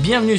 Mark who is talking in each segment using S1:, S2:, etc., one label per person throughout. S1: Bienvenue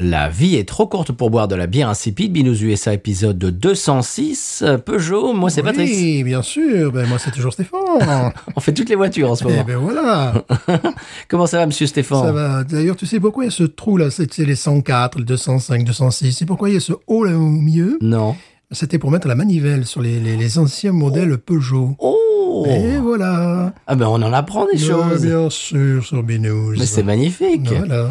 S1: La vie est trop courte pour boire de la bière insipide. Binous USA épisode 206. Euh, Peugeot, moi c'est
S2: oui,
S1: Patrick.
S2: bien sûr. Ben, moi, c'est toujours Stéphane.
S1: On fait toutes les voitures en ce
S2: Eh
S1: moment.
S2: ben voilà.
S1: Comment ça va, monsieur Stéphane
S2: Ça va. D'ailleurs, tu sais pourquoi il y a ce trou là C'est c'est les 104, le 205, 206. C'est pourquoi il y a ce haut là au milieu.
S1: Non.
S2: C'était pour mettre la manivelle sur les, les- les anciens modèles Peugeot.
S1: Oh
S2: Et voilà.
S1: Ah ben on en apprend des
S2: Ouais,
S1: choses.
S2: bien sûr, sur B News.
S1: Mais c'est magnifique.
S2: Voilà.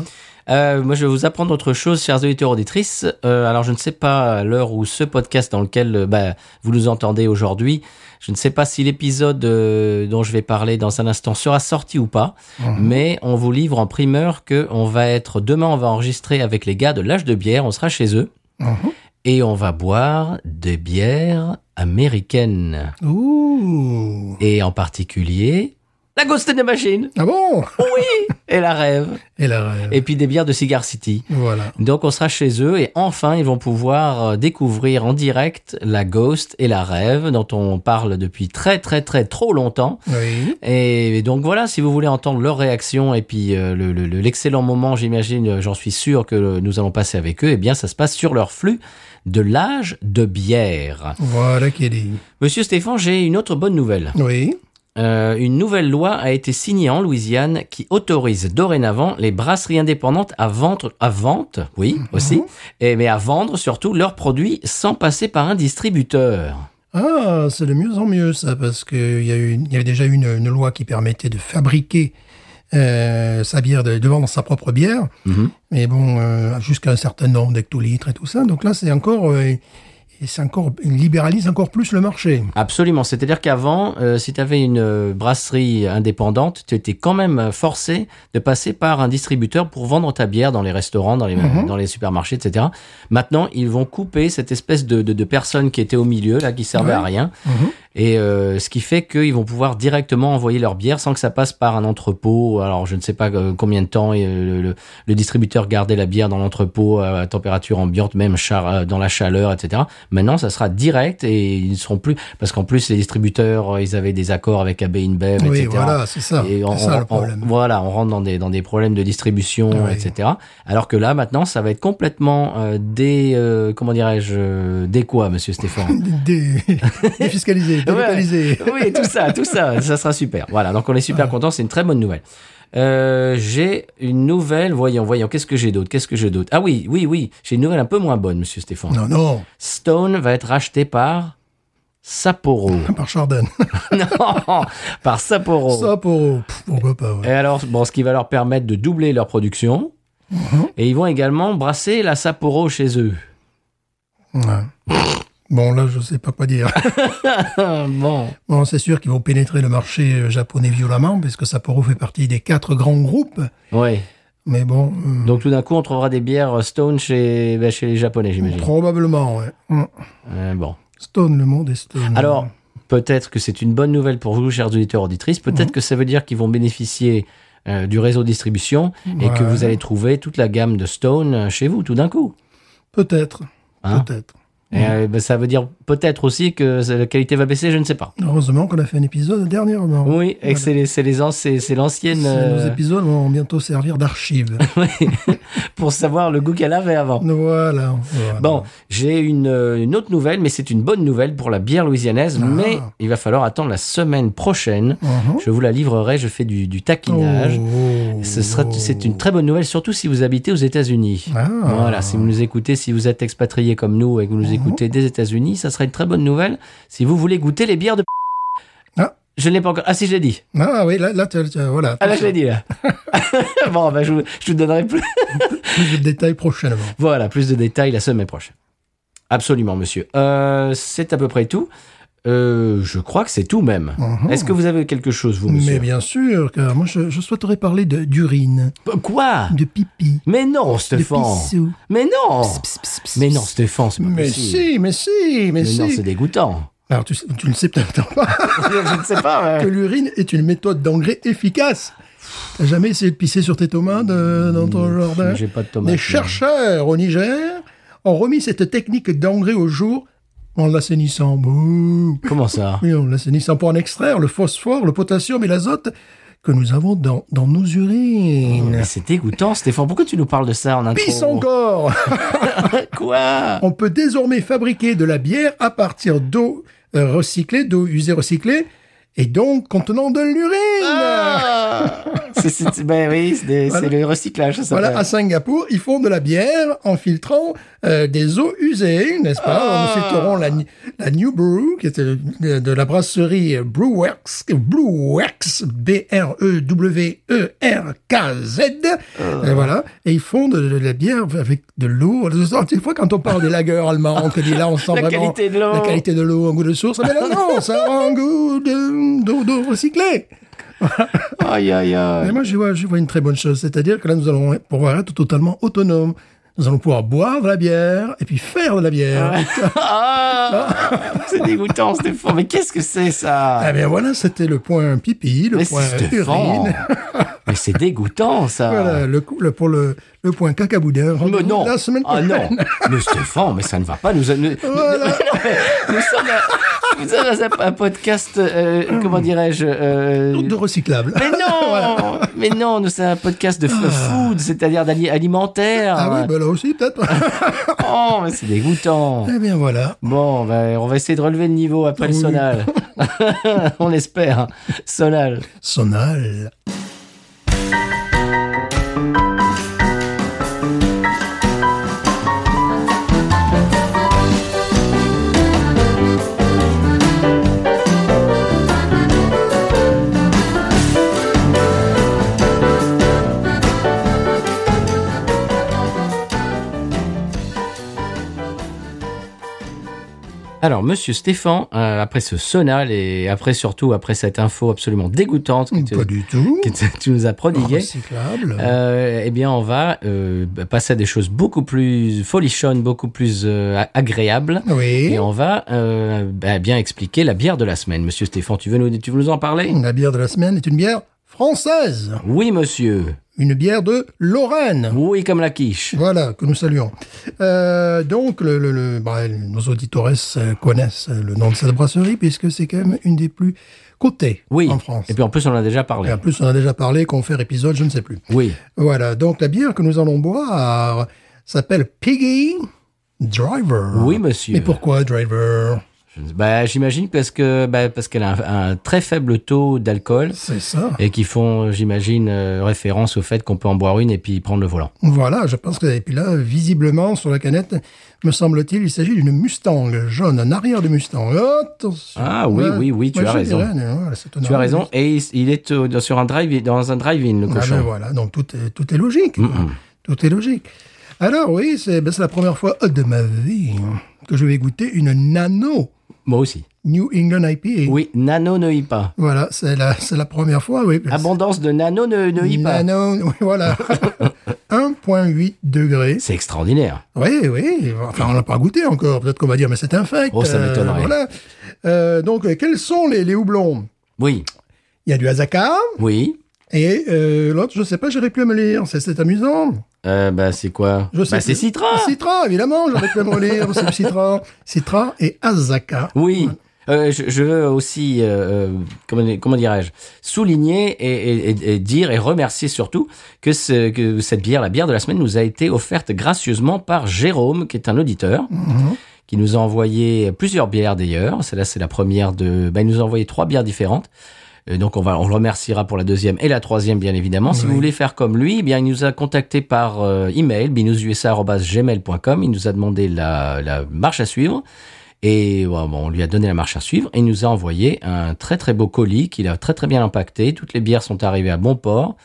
S1: Euh, moi, je vais vous apprendre autre chose, chers auditeurs auditrices. Euh, alors, je ne sais pas à l'heure où ce podcast dans lequel euh, bah, vous nous entendez aujourd'hui, je ne sais pas si l'épisode euh, dont je vais parler dans un instant sera sorti ou pas, mais on vous livre en primeur que on va être demain, on va enregistrer avec les gars de l'âge de bière. On sera chez eux
S2: Mhm.
S1: et on va boire des bières américaines
S2: Ouh.
S1: et en particulier la Ghost in the Machine.
S2: Ah bon
S1: Oui, et la rêve.
S2: Et la rêve.
S1: Et puis des bières de Cigar City.
S2: Voilà.
S1: Donc on sera chez eux et enfin ils vont pouvoir euh, découvrir en direct la Ghost et la Rêve dont on parle depuis très très très trop longtemps.
S2: Oui.
S1: Et donc voilà, si vous voulez entendre leur réaction et puis euh, le- le- le- l'excellent moment, j'imagine, euh, j'en suis sûr que euh, nous allons passer avec eux, eh bien ça se passe sur leur flux de l'âge de bière.
S2: Voilà qui est dit.
S1: Monsieur Stéphane, j'ai une autre bonne nouvelle.
S2: Oui.
S1: Euh, une nouvelle loi a été signée en Louisiane qui autorise dorénavant les brasseries indépendantes à vendre, à vente, oui, aussi, et, mais à vendre surtout leurs produits sans passer par un distributeur.
S2: Ah, c'est de mieux en mieux ça, parce qu'il y, a eu- il y avait déjà eu une, une loi qui permettait de fabriquer euh, sa bière, de, de vendre sa propre bière, mais bon, euh, jusqu'à un certain nombre d'hectolitres et tout ça. Donc là, c'est encore, euh, et c'est encore, il libéralise encore plus le marché.
S1: Absolument. C'est-à-dire qu'avant, euh, si tu avais une euh, brasserie indépendante, tu étais quand même euh, forcé de passer par un distributeur pour vendre ta bière dans les restaurants, dans les, dans les supermarchés, etc. Maintenant, ils vont couper cette espèce de, de, de personne qui était au milieu, là, qui servait à
S2: Ouais.
S1: rien.
S2: Mhm.
S1: Et euh, ce qui fait qu'ils vont pouvoir directement envoyer leur bière sans que ça passe par un entrepôt. Alors, je ne sais pas euh, combien de temps euh, le, le- le distributeur gardait la bière dans l'entrepôt euh, à température ambiante, même char- euh, dans la chaleur, etc. Maintenant, ça sera direct et ils ne seront plus... Parce qu'en plus, les distributeurs, euh, ils avaient des accords avec AB InBev,
S2: oui,
S1: etc.
S2: voilà, c'est ça,
S1: Et
S2: c'est
S1: on-
S2: ça
S1: on-
S2: le problème.
S1: on- voilà, on rentre dans des, dans des problèmes de distribution,
S2: Ouais.
S1: etc. Alors que là, maintenant, ça va être complètement euh, dé... euh, comment dirais-je euh, Dé quoi, monsieur Stéphane
S2: Dé- Défiscalisé, délocalisé.
S1: oui, tout ça, tout ça, ça sera super. Voilà, donc on est super contents, c'est une très bonne nouvelle. Euh, j'ai une nouvelle, voyons, voyons, qu'est-ce que j'ai d'autre, qu'est-ce que j'ai d'autre Ah oui, oui, oui, j'ai une nouvelle un peu moins bonne, monsieur Stéphane.
S2: Non, non,
S1: Stone va être racheté par Sapporo.
S2: par Chardin.
S1: non, par Sapporo.
S2: Ça pour, pff, pourquoi pas, ouais.
S1: Et alors, bon, ce qui va leur permettre de doubler leur production. Et ils vont également brasser la Sapporo chez eux.
S2: Ouais. Bon, là, je sais pas quoi dire.
S1: Ah, bon.
S2: Bon, c'est sûr qu'ils vont pénétrer le marché euh, japonais violemment, parce que Sapporo fait partie des quatre grands groupes.
S1: Oui.
S2: Mais bon, euh,
S1: Donc tout d'un coup, on trouvera des bières Stone chez, ben, chez les Japonais, j'imagine.
S2: probablement, ouais. Mm.
S1: Euh, bon.
S2: Stone, le monde est Stone.
S1: Alors, peut-être que c'est une bonne nouvelle pour vous, chers auditeurs auditrices.
S2: Mm.
S1: Peut-être que ça veut dire qu'ils vont bénéficier euh, du réseau distribution et que
S2: Ouais.
S1: vous allez trouver toute la gamme de Stone euh, chez vous tout d'un coup.
S2: Peut-être.
S1: Hein
S2: Peut-être.
S1: Et,
S2: Mm.
S1: euh, ben, ça veut dire peut-être aussi que ça- la qualité va baisser, je ne sais pas.
S2: Heureusement qu'on a fait un épisode dernièrement.
S1: Oui, et que c'est les- c'est les an- c'est- c'est l'ancienne
S2: Mm. C'est- Nos
S1: euh,
S2: épisodes vont bientôt servir d'archives.
S1: pour savoir le goût qu'elle avait avant.
S2: voilà, voilà.
S1: Bon, j'ai une, euh, une autre nouvelle, mais c'est une bonne nouvelle pour la bière louisianaise,
S2: Ah.
S1: mais il va falloir attendre la semaine prochaine.
S2: Mhm.
S1: Je vous la livrerai, je fais du, du taquinage.
S2: Oh,
S1: Ce sera,
S2: oh.
S1: c'est une très bonne nouvelle, surtout si vous habitez aux États-Unis.
S2: Ah. Mhm.
S1: Voilà, si vous nous écoutez, si vous êtes expatrié comme nous et que vous nous écoutez des États-Unis, ça serait une très bonne nouvelle si vous voulez goûter les bières de.
S2: Ah.
S1: Je ne l'ai pas encore. Ah si, je l'ai dit.
S2: Ah oui, là, là, tu- tu- voilà.
S1: Ah là, je l'ai dit là. bon, ben, je, vous- je vous donnerai plus.
S2: Plus de détails prochainement.
S1: Voilà, plus de détails la semaine prochaine. Absolument, monsieur. Euh, c'est à peu près tout. Euh, je crois que c'est tout même.
S2: Mhm.
S1: Est-ce que vous avez quelque chose, vous, monsieur
S2: Uh-huh. Mais bien sûr, car moi je, je souhaiterais parler de- d'urine,
S1: Quoi
S2: de pipi,
S1: Mais non,
S2: de
S1: Stéphane
S2: pissou.
S1: Mais non
S2: Pss, pss, pss, pss,
S1: Mais non,
S2: pss.
S1: Stéphane, c'est pas
S2: Mais
S1: possible.
S2: si, mais si, mais,
S1: Mais
S2: si.
S1: non, c'est dégoûtant.
S2: Alors tu, sais- tu ne sais peut-être pas
S1: je ne sais pas.
S2: que l'urine est une méthode d'engrais efficace. T'as jamais essayé de pisser sur tes tomates euh, dans ton jardin
S1: J'ai pas de tomates.
S2: Des
S1: non.
S2: chercheurs au Niger ont remis cette technique d'engrais au jour en l'assainissant. Bouh.
S1: Comment ça
S2: Oui, en l'assainissant pour en extraire le phosphore, le potassium et l'azote que nous avons dans, dans nos urines.
S1: Mais c'est dégoûtant, Stéphane. Pourquoi tu nous parles de ça en intro
S2: Pisse encore
S1: Quoi
S2: On peut désormais fabriquer de la bière à partir d'eau euh, recyclée, d'eau usée recyclée, et donc contenant de l'urine
S1: Ah C'est- c'est- Ben oui, c'est des-
S2: Voilà.
S1: c'est le recyclage, ça s'appelle.
S2: Voilà, à Singapour, ils font de la bière en filtrant euh, des eaux usées, n'est-ce pas
S1: Ah.
S2: Nous filtrerons la, ni- la New Brew, qui était de, de la brasserie Brewworks, Brewworks, E B-R-E-W-E-R-K-Z.
S1: Ah.
S2: Et voilà, et ils font de, de la bière avec de l'eau. Des fois, quand on parle des lagers allemands, on te dit là, on sent
S1: La
S2: vraiment
S1: qualité de l'eau.
S2: la qualité de l'eau, un goût de source. Mais là, non, ça a un goût de- d'eau d'eau recyclée.
S1: Aïe, aïe,
S2: Ah, Mais
S1: aïe.
S2: moi, je vois, je vois une très bonne chose. C'est-à-dire que là, nous allons pouvoir être totalement autonomes. Nous allons pouvoir boire de la bière et puis faire de la bière.
S1: Ah c'est dégoûtant, Stéphane. Mais qu'est-ce que c'est ça
S2: Ah bien voilà, c'était le point pipi, le
S1: Mais
S2: point
S1: c'est Stéphane.
S2: urine.
S1: Mais c'est dégoûtant, ça.
S2: Voilà, le, coup- le- pour le, le point cacaboudin.
S1: Mais
S2: Rendez-vous
S1: non.
S2: La semaine
S1: ah
S2: prochaine.
S1: non. Mais Stéphane, mais ça ne va pas. Nous, nous- nous- non, mais nous sommes, un, nous sommes un, un podcast, euh, comment dirais-je euh,
S2: De recyclable.
S1: Mais non Mais non, nous sommes un podcast de f- food, c'est-à-dire d'ali- alimentaire.
S2: Ah oui, bah là aussi, peut-être.
S1: Oh, mais c'est dégoûtant.
S2: eh bien voilà.
S1: Bon, ben, on va essayer de relever le niveau après le
S2: Oui.
S1: sonal. on espère. hein. Sonal.
S2: Sonal.
S1: Alors, monsieur Stéphane, euh, après ce sonal et après surtout après cette info absolument dégoûtante que, tu,
S2: Pas du Oh, tout.
S1: que tu- tu nous as prodiguée,
S2: Recyclable.
S1: euh, eh bien, on va euh, bah, passer à des choses beaucoup plus folichonnes, beaucoup plus euh, a- agréables.
S2: oui.
S1: Et on va euh, bah, bien expliquer la bière de la semaine. Monsieur Stéphane, tu veux nous, tu veux nous en parler
S2: La bière de la semaine est une bière française.
S1: Oui, monsieur.
S2: Une bière de Lorraine.
S1: Oui, comme la quiche.
S2: Voilà, que nous saluons. Euh, donc, le, le- le- bah, nos auditores euh, connaissent euh, le nom de cette brasserie, puisque c'est quand même une des plus cotées
S1: Oui.
S2: en France. Ah.
S1: Et puis en plus, on en a déjà
S2: Et
S1: parlé.
S2: en plus, on a déjà parlé, qu'on fait épisode, je ne sais plus.
S1: Oui.
S2: Voilà, donc la bière que nous allons boire s'appelle Piggy Driver.
S1: Oui, monsieur.
S2: Ah. Mais pourquoi Driver
S1: Je ne sais- bah, J'imagine parce que bah, parce qu'elle a un, un très faible taux d'alcool
S2: C'est ça.
S1: et qui font, j'imagine, euh, référence au fait qu'on peut en boire une et puis prendre le volant.
S2: Voilà, je pense que... Et puis là, visiblement, sur la canette, me semble-t-il, il s'agit d'une Mustang jaune, un arrière de Mustang. Attention. Hein
S1: Ah oui, oui, oui, tu
S2: Moi,
S1: as
S2: je
S1: raison.
S2: dirais, euh, voilà, c'est
S1: Tu as
S2: honorable.
S1: raison. Et il, il est euh, sur un drive, dans un drive-in, le
S2: Ah ben
S1: cochon.
S2: voilà, donc tout est, tout est logique.
S1: Mm-mm.
S2: Tout est logique. Alors oui, c'est ben, c'est la première fois de ma vie hein, que je vais goûter une Nano
S1: Moi aussi.
S2: New England IPA.
S1: Oui, nano ne pas.
S2: Voilà, c'est la, c'est la première fois, oui.
S1: Abondance de nano Ah ne, pas.
S2: Nano, oui, voilà. 1,8 degrés.
S1: C'est extraordinaire.
S2: Oui, oui. Enfin, on l'a pas goûté encore. Peut-être qu'on va dire, mais c'est infect.
S1: Oh, ça
S2: Euh,
S1: m'étonnerait.
S2: voilà. Euh, donc, euh, quels sont les, les houblons
S1: Oui.
S2: Il y a du Azaka
S1: Oui.
S2: et euh, l'autre, je sais pas, j'aurais plus à me lire. C'est- C'est amusant.
S1: Euh, bah, c'est quoi
S2: Je sais
S1: Bah, c'est
S2: plus.
S1: Citra.
S2: Citra, évidemment, j'aurais pu me relire, c'est le Citra. Citra et Azaka.
S1: Oui. Euh, je, je veux aussi, euh, euh, comment, comment dirais-je, souligner et, et- et- et dire et remercier surtout que, ce, que cette bière, la bière de la semaine, nous a été offerte gracieusement par Jérôme, qui est un auditeur, qui nous a envoyé plusieurs bières d'ailleurs. Celle-là, c'est la première de... bah, il nous a envoyé trois bières différentes. Euh, donc on va, on le remerciera pour la deuxième et la troisième bien évidemment. Si
S2: Oui.
S1: vous voulez faire comme lui, eh bien il nous a contacté par euh, email binoususa@gmail.com. Il nous a demandé la, la marche à suivre et ouais, bon, on lui a donné la marche à suivre et il nous a envoyé un très très beau colis qu'il a très très bien impacté. Toutes les bières sont arrivées à bon port.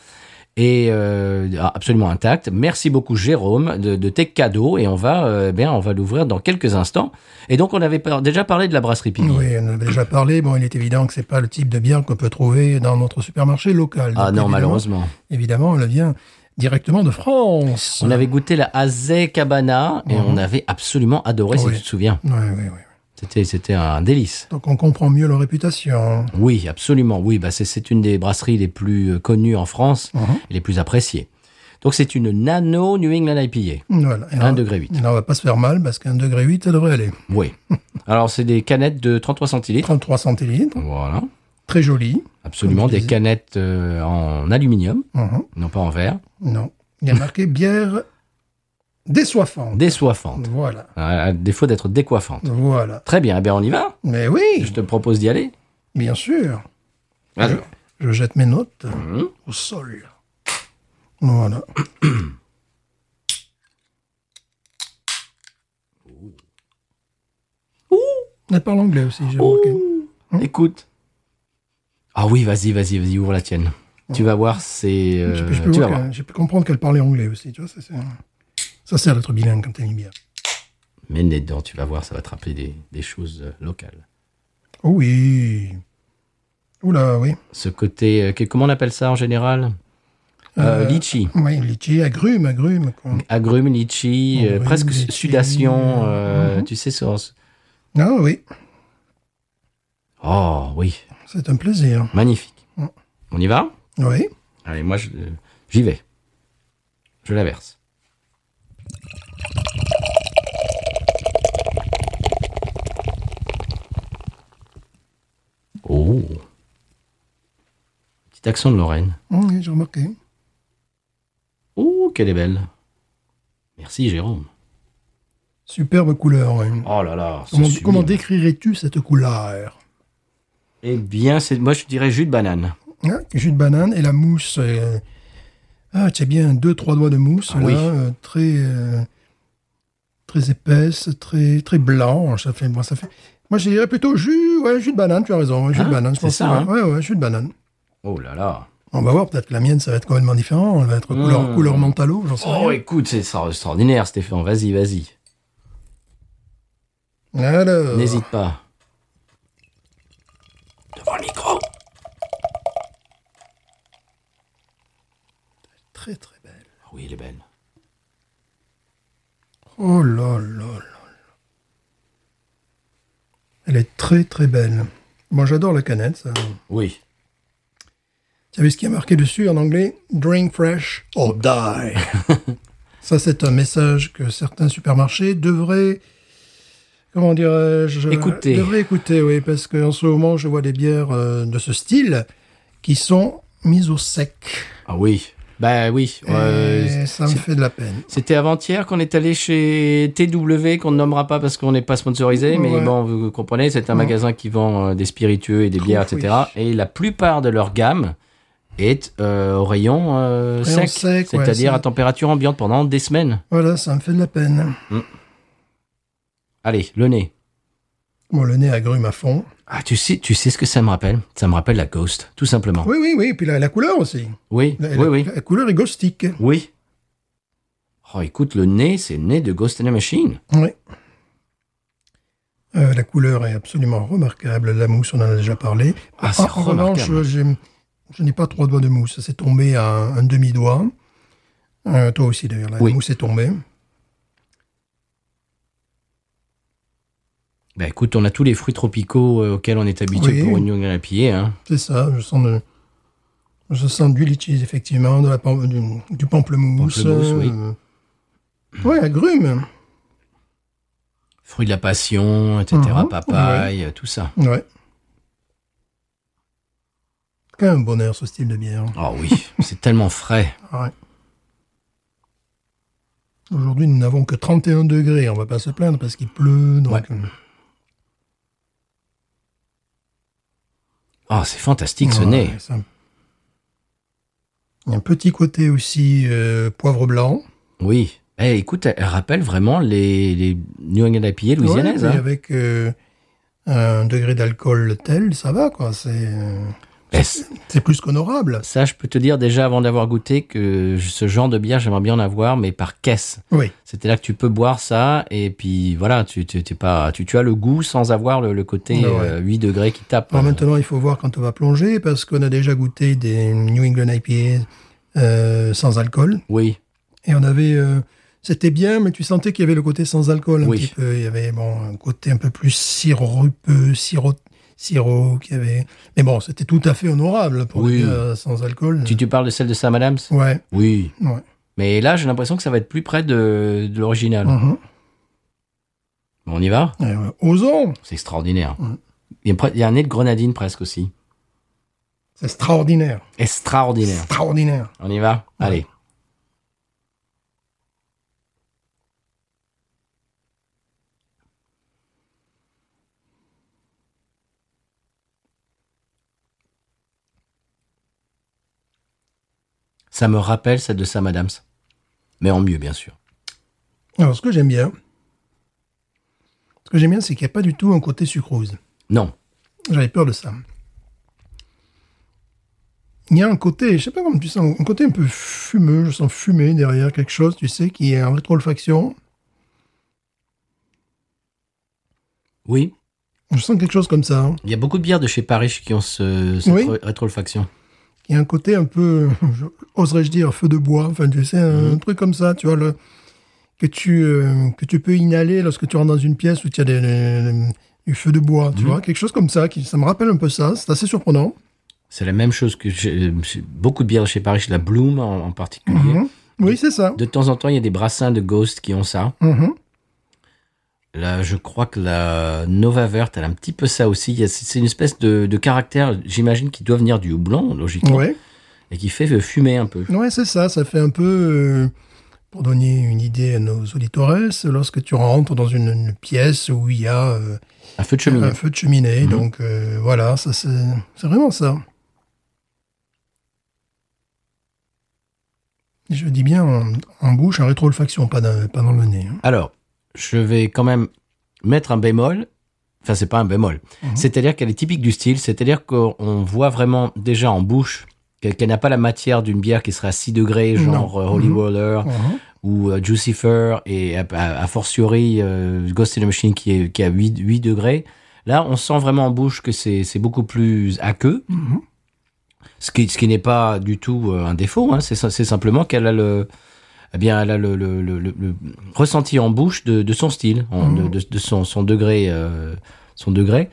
S1: et euh, absolument intact. Merci beaucoup Jérôme de, de tes cadeaux et on va euh, bien on va l'ouvrir dans quelques instants. Et donc on avait par- déjà parlé de la brasserie Piggy.
S2: Oui, on en avait déjà parlé. Bon, il est évident que c'est pas le type de bière qu'on peut trouver dans notre supermarché
S1: ah
S2: local. Donc,
S1: non
S2: évidemment-
S1: malheureusement.
S2: Évidemment, elle vient directement de France.
S1: On avait goûté la Azé Cabana
S2: Mhm.
S1: et on avait absolument adoré
S2: Oui.
S1: si tu te souviens.
S2: Oui, oui, oui.
S1: C'était c'était un délice.
S2: Donc on comprend mieux leur réputation.
S1: Oui, absolument. Oui, bah c'est- c'est une des brasseries les plus euh, connues en France
S2: Mhm.
S1: et les plus appréciées. Donc c'est une Nano New England IPA.
S2: Voilà. Et
S1: 1
S2: là-
S1: degré 8.
S2: et là, on va pas se faire mal parce qu'un degré 8, ça devrait aller.
S1: Oui. Alors c'est des canettes de 33 centilitres.
S2: 33 centilitres,
S1: Voilà.
S2: très joli.
S1: Absolument,
S2: Comme je
S1: des
S2: disais.
S1: canettes euh, en aluminium,
S2: Mhm.
S1: non pas en verre,
S2: Non. Il y a marqué bière désoiffante.
S1: désoiffantes,
S2: Voilà.
S1: hein, à à défaut d'être décoiffantes.
S2: Voilà.
S1: Très bien, eh bien on y va.
S2: Mais oui,
S1: Je te propose d'y aller.
S2: bien sûr.
S1: Alors,
S2: Je jette mes notes
S1: Mhm.
S2: au sol. Voilà. Elle parle anglais aussi, j'ai remarqué.
S1: écoute. Ah oui, vas-y, vas-y, vas-y, ouvre la tienne. Tu vas voir, c'est. euh,
S2: J'ai pu- je peux
S1: tu vas
S2: voir
S1: voir.
S2: qu'elle- j'ai pu comprendre qu'elle parlait anglais aussi. Tu vois, ça, c'est- ça sert d'être bilingue quand t'es une bière.
S1: Mais nez dedans, tu vas voir, ça va te rappeler des, des choses euh, locales.
S2: Oh oui. Oula, oui.
S1: Ce côté, euh, que- comment on appelle ça en général Euh,
S2: Euh,
S1: Litchi.
S2: Oui, litchi, agrumes, agrumes. quoi.
S1: Agrumes, litchi, euh,
S2: Oui,
S1: presque
S2: litchi. Mhm.
S1: sudation, euh, tu sais, sur.
S2: Ah oui,
S1: Oh oui,
S2: c'est un plaisir.
S1: magnifique.
S2: Mhm.
S1: On y va
S2: Oui.
S1: Allez, moi, je- euh, j'y vais. Je la verse. Oh. Petit accent de Lorraine.
S2: Oui, j'ai remarqué.
S1: Oh, qu'elle est belle. Merci, Jérôme.
S2: Superbe couleur. oui.
S1: Oh là là. c'est
S2: Comment,
S1: sublime.
S2: comment décrirais-tu cette couleur
S1: Eh bien, c'est moi, je dirais jus de banane.
S2: Hein, Jus de banane et la mousse. euh, Ah, tu as bien deux, trois doigts de mousse,
S1: Ah
S2: là,
S1: oui.
S2: euh, très, euh, très épaisse, très, très blanche. Ça fait, moi, ça fait... moi, je dirais plutôt jus, ouais, jus de banane, tu as raison. ouais, jus
S1: Hein,
S2: de banane, je
S1: c'est
S2: pense.
S1: ça,
S2: que-
S1: hein.
S2: ouais, ouais, jus de banane.
S1: Oh là là.
S2: On va voir, peut-être que la mienne, ça va être complètement différent. Elle va être couleur,
S1: Mmh.
S2: couleur mentalo, j'en sais
S1: Oh,
S2: rien.
S1: écoute, c'est extraordinaire, Stéphane. Vas-y, vas-y.
S2: Alors,
S1: N'hésite pas. Devant le micro.
S2: Très, très belle.
S1: Ah Oui, elle est belle.
S2: Oh là là là là. Elle est très, très belle. Moi, j'adore la canette, ça.
S1: Oui.
S2: Tu savez ce qui est marqué dessus en anglais Drink fresh or die. Ça, c'est un message que certains supermarchés devraient. Comment dirais-je
S1: Écouter.
S2: Devraient écouter, oui, parce qu'en ce moment, je vois des bières euh, de ce style qui sont mises au sec.
S1: Ah oui. Bah oui. euh,
S2: Et ça me fait de la peine.
S1: C'était avant-hier qu'on est allé chez TW, qu'on ne nommera pas parce qu'on n'est pas sponsorisé, mais
S2: Ouais.
S1: bon, vous comprenez, c'est un magasin qui vend euh, des spiritueux et des bières,
S2: Trouve,
S1: etc. Et la plupart de leur gamme est euh, au rayon euh,
S2: Rayon
S1: sec,
S2: sec, ouais,
S1: c'est-à-dire
S2: c'est-
S1: à température ambiante pendant des semaines.
S2: Voilà, ça me fait de la peine.
S1: Allez, le nez.
S2: Bon, le nez agrume à fond.
S1: Ah, tu sais, tu sais ce que ça me rappelle Ça me rappelle la Ghost, tout simplement.
S2: Oui, oui, oui. Et puis la, la couleur aussi.
S1: Oui,
S2: La,
S1: Ah. oui,
S2: la-
S1: oui.
S2: la couleur est ghostique.
S1: Oui. Oh, écoute, le nez, c'est le nez de Ghost in the Machine.
S2: Oui. Euh, la couleur est absolument remarquable. La mousse, on en a déjà parlé.
S1: Ah, c'est
S2: en en revanche,
S1: remarquable.
S2: j'ai- je n'ai pas trois doigts de mousse. C'est tombé à un, un demi-doigt. Euh, toi aussi, d'ailleurs, la
S1: Oui.
S2: mousse est tombée.
S1: Bah écoute, on a tous les fruits tropicaux euh, auxquels on est habitué
S2: Oui.
S1: pour une young IPA. Hein.
S2: C'est ça, je sens, de- je sens du litchi, effectivement, de la pam- du, du pamplemousse.
S1: Pamplemousse, oui.
S2: oui. Ouais, agrumes.
S1: Fruits de la passion, etc.
S2: Mhm,
S1: papaye, tout ça.
S2: Ouais. Quel bonheur, ce style de bière.
S1: Oh oui, c'est tellement frais.
S2: Ouais. Aujourd'hui, nous n'avons que 31 degrés. On va pas se plaindre parce qu'il pleut. Donc, euh,
S1: Ouais. Oh, c'est fantastique ce
S2: Ouais,
S1: nez.
S2: ça- Il y a un petit côté aussi euh, poivre blanc.
S1: Oui. Eh, écoute, elle elle rappelle vraiment les, les New England IPA hein. louisianaises.
S2: Ouais, mais
S1: hein.
S2: Avec euh, un degré d'alcool tel, ça va quoi. C'est euh,
S1: Ben, c-
S2: C'est plus qu'honorable.
S1: ça, je peux te dire déjà avant d'avoir goûté que ce genre de bière, j'aimerais bien en avoir, mais par caisse.
S2: Oui.
S1: C'était là que tu peux boire ça, et puis voilà, tu, tu, t'es pas, tu, tu as le goût sans avoir le, le côté
S2: Ouais, ouais.
S1: euh, 8 degrés qui tape.
S2: Alors
S1: Euh,
S2: maintenant, il faut voir quand on va plonger, parce qu'on a déjà goûté des New England IPA euh, sans alcool.
S1: Oui,
S2: Et on avait. euh, c'était bien, mais tu sentais qu'il y avait le côté sans alcool un
S1: Oui.
S2: petit peu. Il y avait bon, un côté un peu plus sirupeux, sirop, sirop qu'il y avait. Mais bon, c'était tout à fait honorable pour
S1: Oui.
S2: une bière sans alcool.
S1: tu, tu parles de celle de Sam Adams
S2: Ouais,
S1: Oui.
S2: ouais.
S1: Mais là, j'ai l'impression que ça va être plus près de, de l'original.
S2: Mhm. euh,
S1: On y va
S2: Ouais, ouais. Osons
S1: C'est extraordinaire.
S2: Ouais.
S1: Il, y a, pre- il y a un nez de grenadine presque aussi.
S2: C'est extraordinaire.
S1: Extraordinaire.
S2: Extraordinaire.
S1: On y va
S2: Ouais.
S1: Allez. Ça me rappelle celle de Sam Adams. Mais en mieux, bien sûr.
S2: Alors, ce que j'aime bien, ce que j'aime bien, c'est qu'il n'y a pas du tout un côté sucrose.
S1: Non.
S2: J'avais peur de ça. Il y a un côté, je sais pas comment tu sens, un côté un peu fumeux, je sens fumer derrière quelque chose, tu sais, qui est en rétro-olfaction.
S1: Oui.
S2: Je sens quelque chose comme ça. hein.
S1: Il y a beaucoup de bières de chez Paris qui ont ce, cette
S2: Oui.
S1: ré- rétro-olfaction.
S2: Il y a un côté un peu, je- oserais-je dire, feu de bois, enfin, tu sais, un, truc comme ça, tu vois, le, que, tu, euh, que tu peux inhaler lorsque tu rentres dans une pièce où tu as des- des- des- du feu de bois, tu vois, quelque chose comme ça, qui, ça me rappelle un peu ça, c'est assez surprenant.
S1: C'est la même chose que chez- chez beaucoup de bières de chez Paris, chez la Bloom en, en particulier.
S2: Mhm. Oui, c'est ça.
S1: De temps en temps, il y a des brassins de Ghost qui ont ça.
S2: Mhm.
S1: Là, je crois que la Nova Verte, elle a un petit peu ça aussi. Il y a- C'est c'est une espèce de, de caractère, j'imagine, qui doit venir du houblon, logiquement,
S2: Ouais.
S1: et qui fait fumer un peu.
S2: Ouais, c'est ça. Ça fait un peu, euh, pour donner une idée à nos auditeurs, lorsque tu rentres dans une, une pièce où il y a euh,
S1: Un feu de cheminée. Mhm.
S2: un feu de cheminée. Donc euh, voilà, ça c'est c'est vraiment ça. Je dis bien en, en bouche, en rétro-olfaction, pas, dans- pas dans le nez. hein.
S1: Mhm. Alors, je vais quand même mettre un bémol. Enfin, c'est pas un bémol. C'est-à-dire qu'elle est typique du style. C'est-à-dire qu'on on voit vraiment déjà en bouche qu'elle qu'elle n'a pas la matière d'une bière qui serait à 6 degrés, genre euh, Holy Roller
S2: Mhm.
S1: ou euh, Jucifer, et a, a- a fortiori euh, Ghost in the Machine qui est, qui est à 8, 8 degrés. Là, on sent vraiment en bouche que c'est c'est beaucoup plus aqueux. Ce qui, ce qui n'est pas du tout euh, un défaut, hein. c'est sim- c'est simplement qu'elle a le, eh bien, elle a le, le- le- le- le ressenti en bouche de, de son style, en- de, de- de son, son degré, euh, son degré.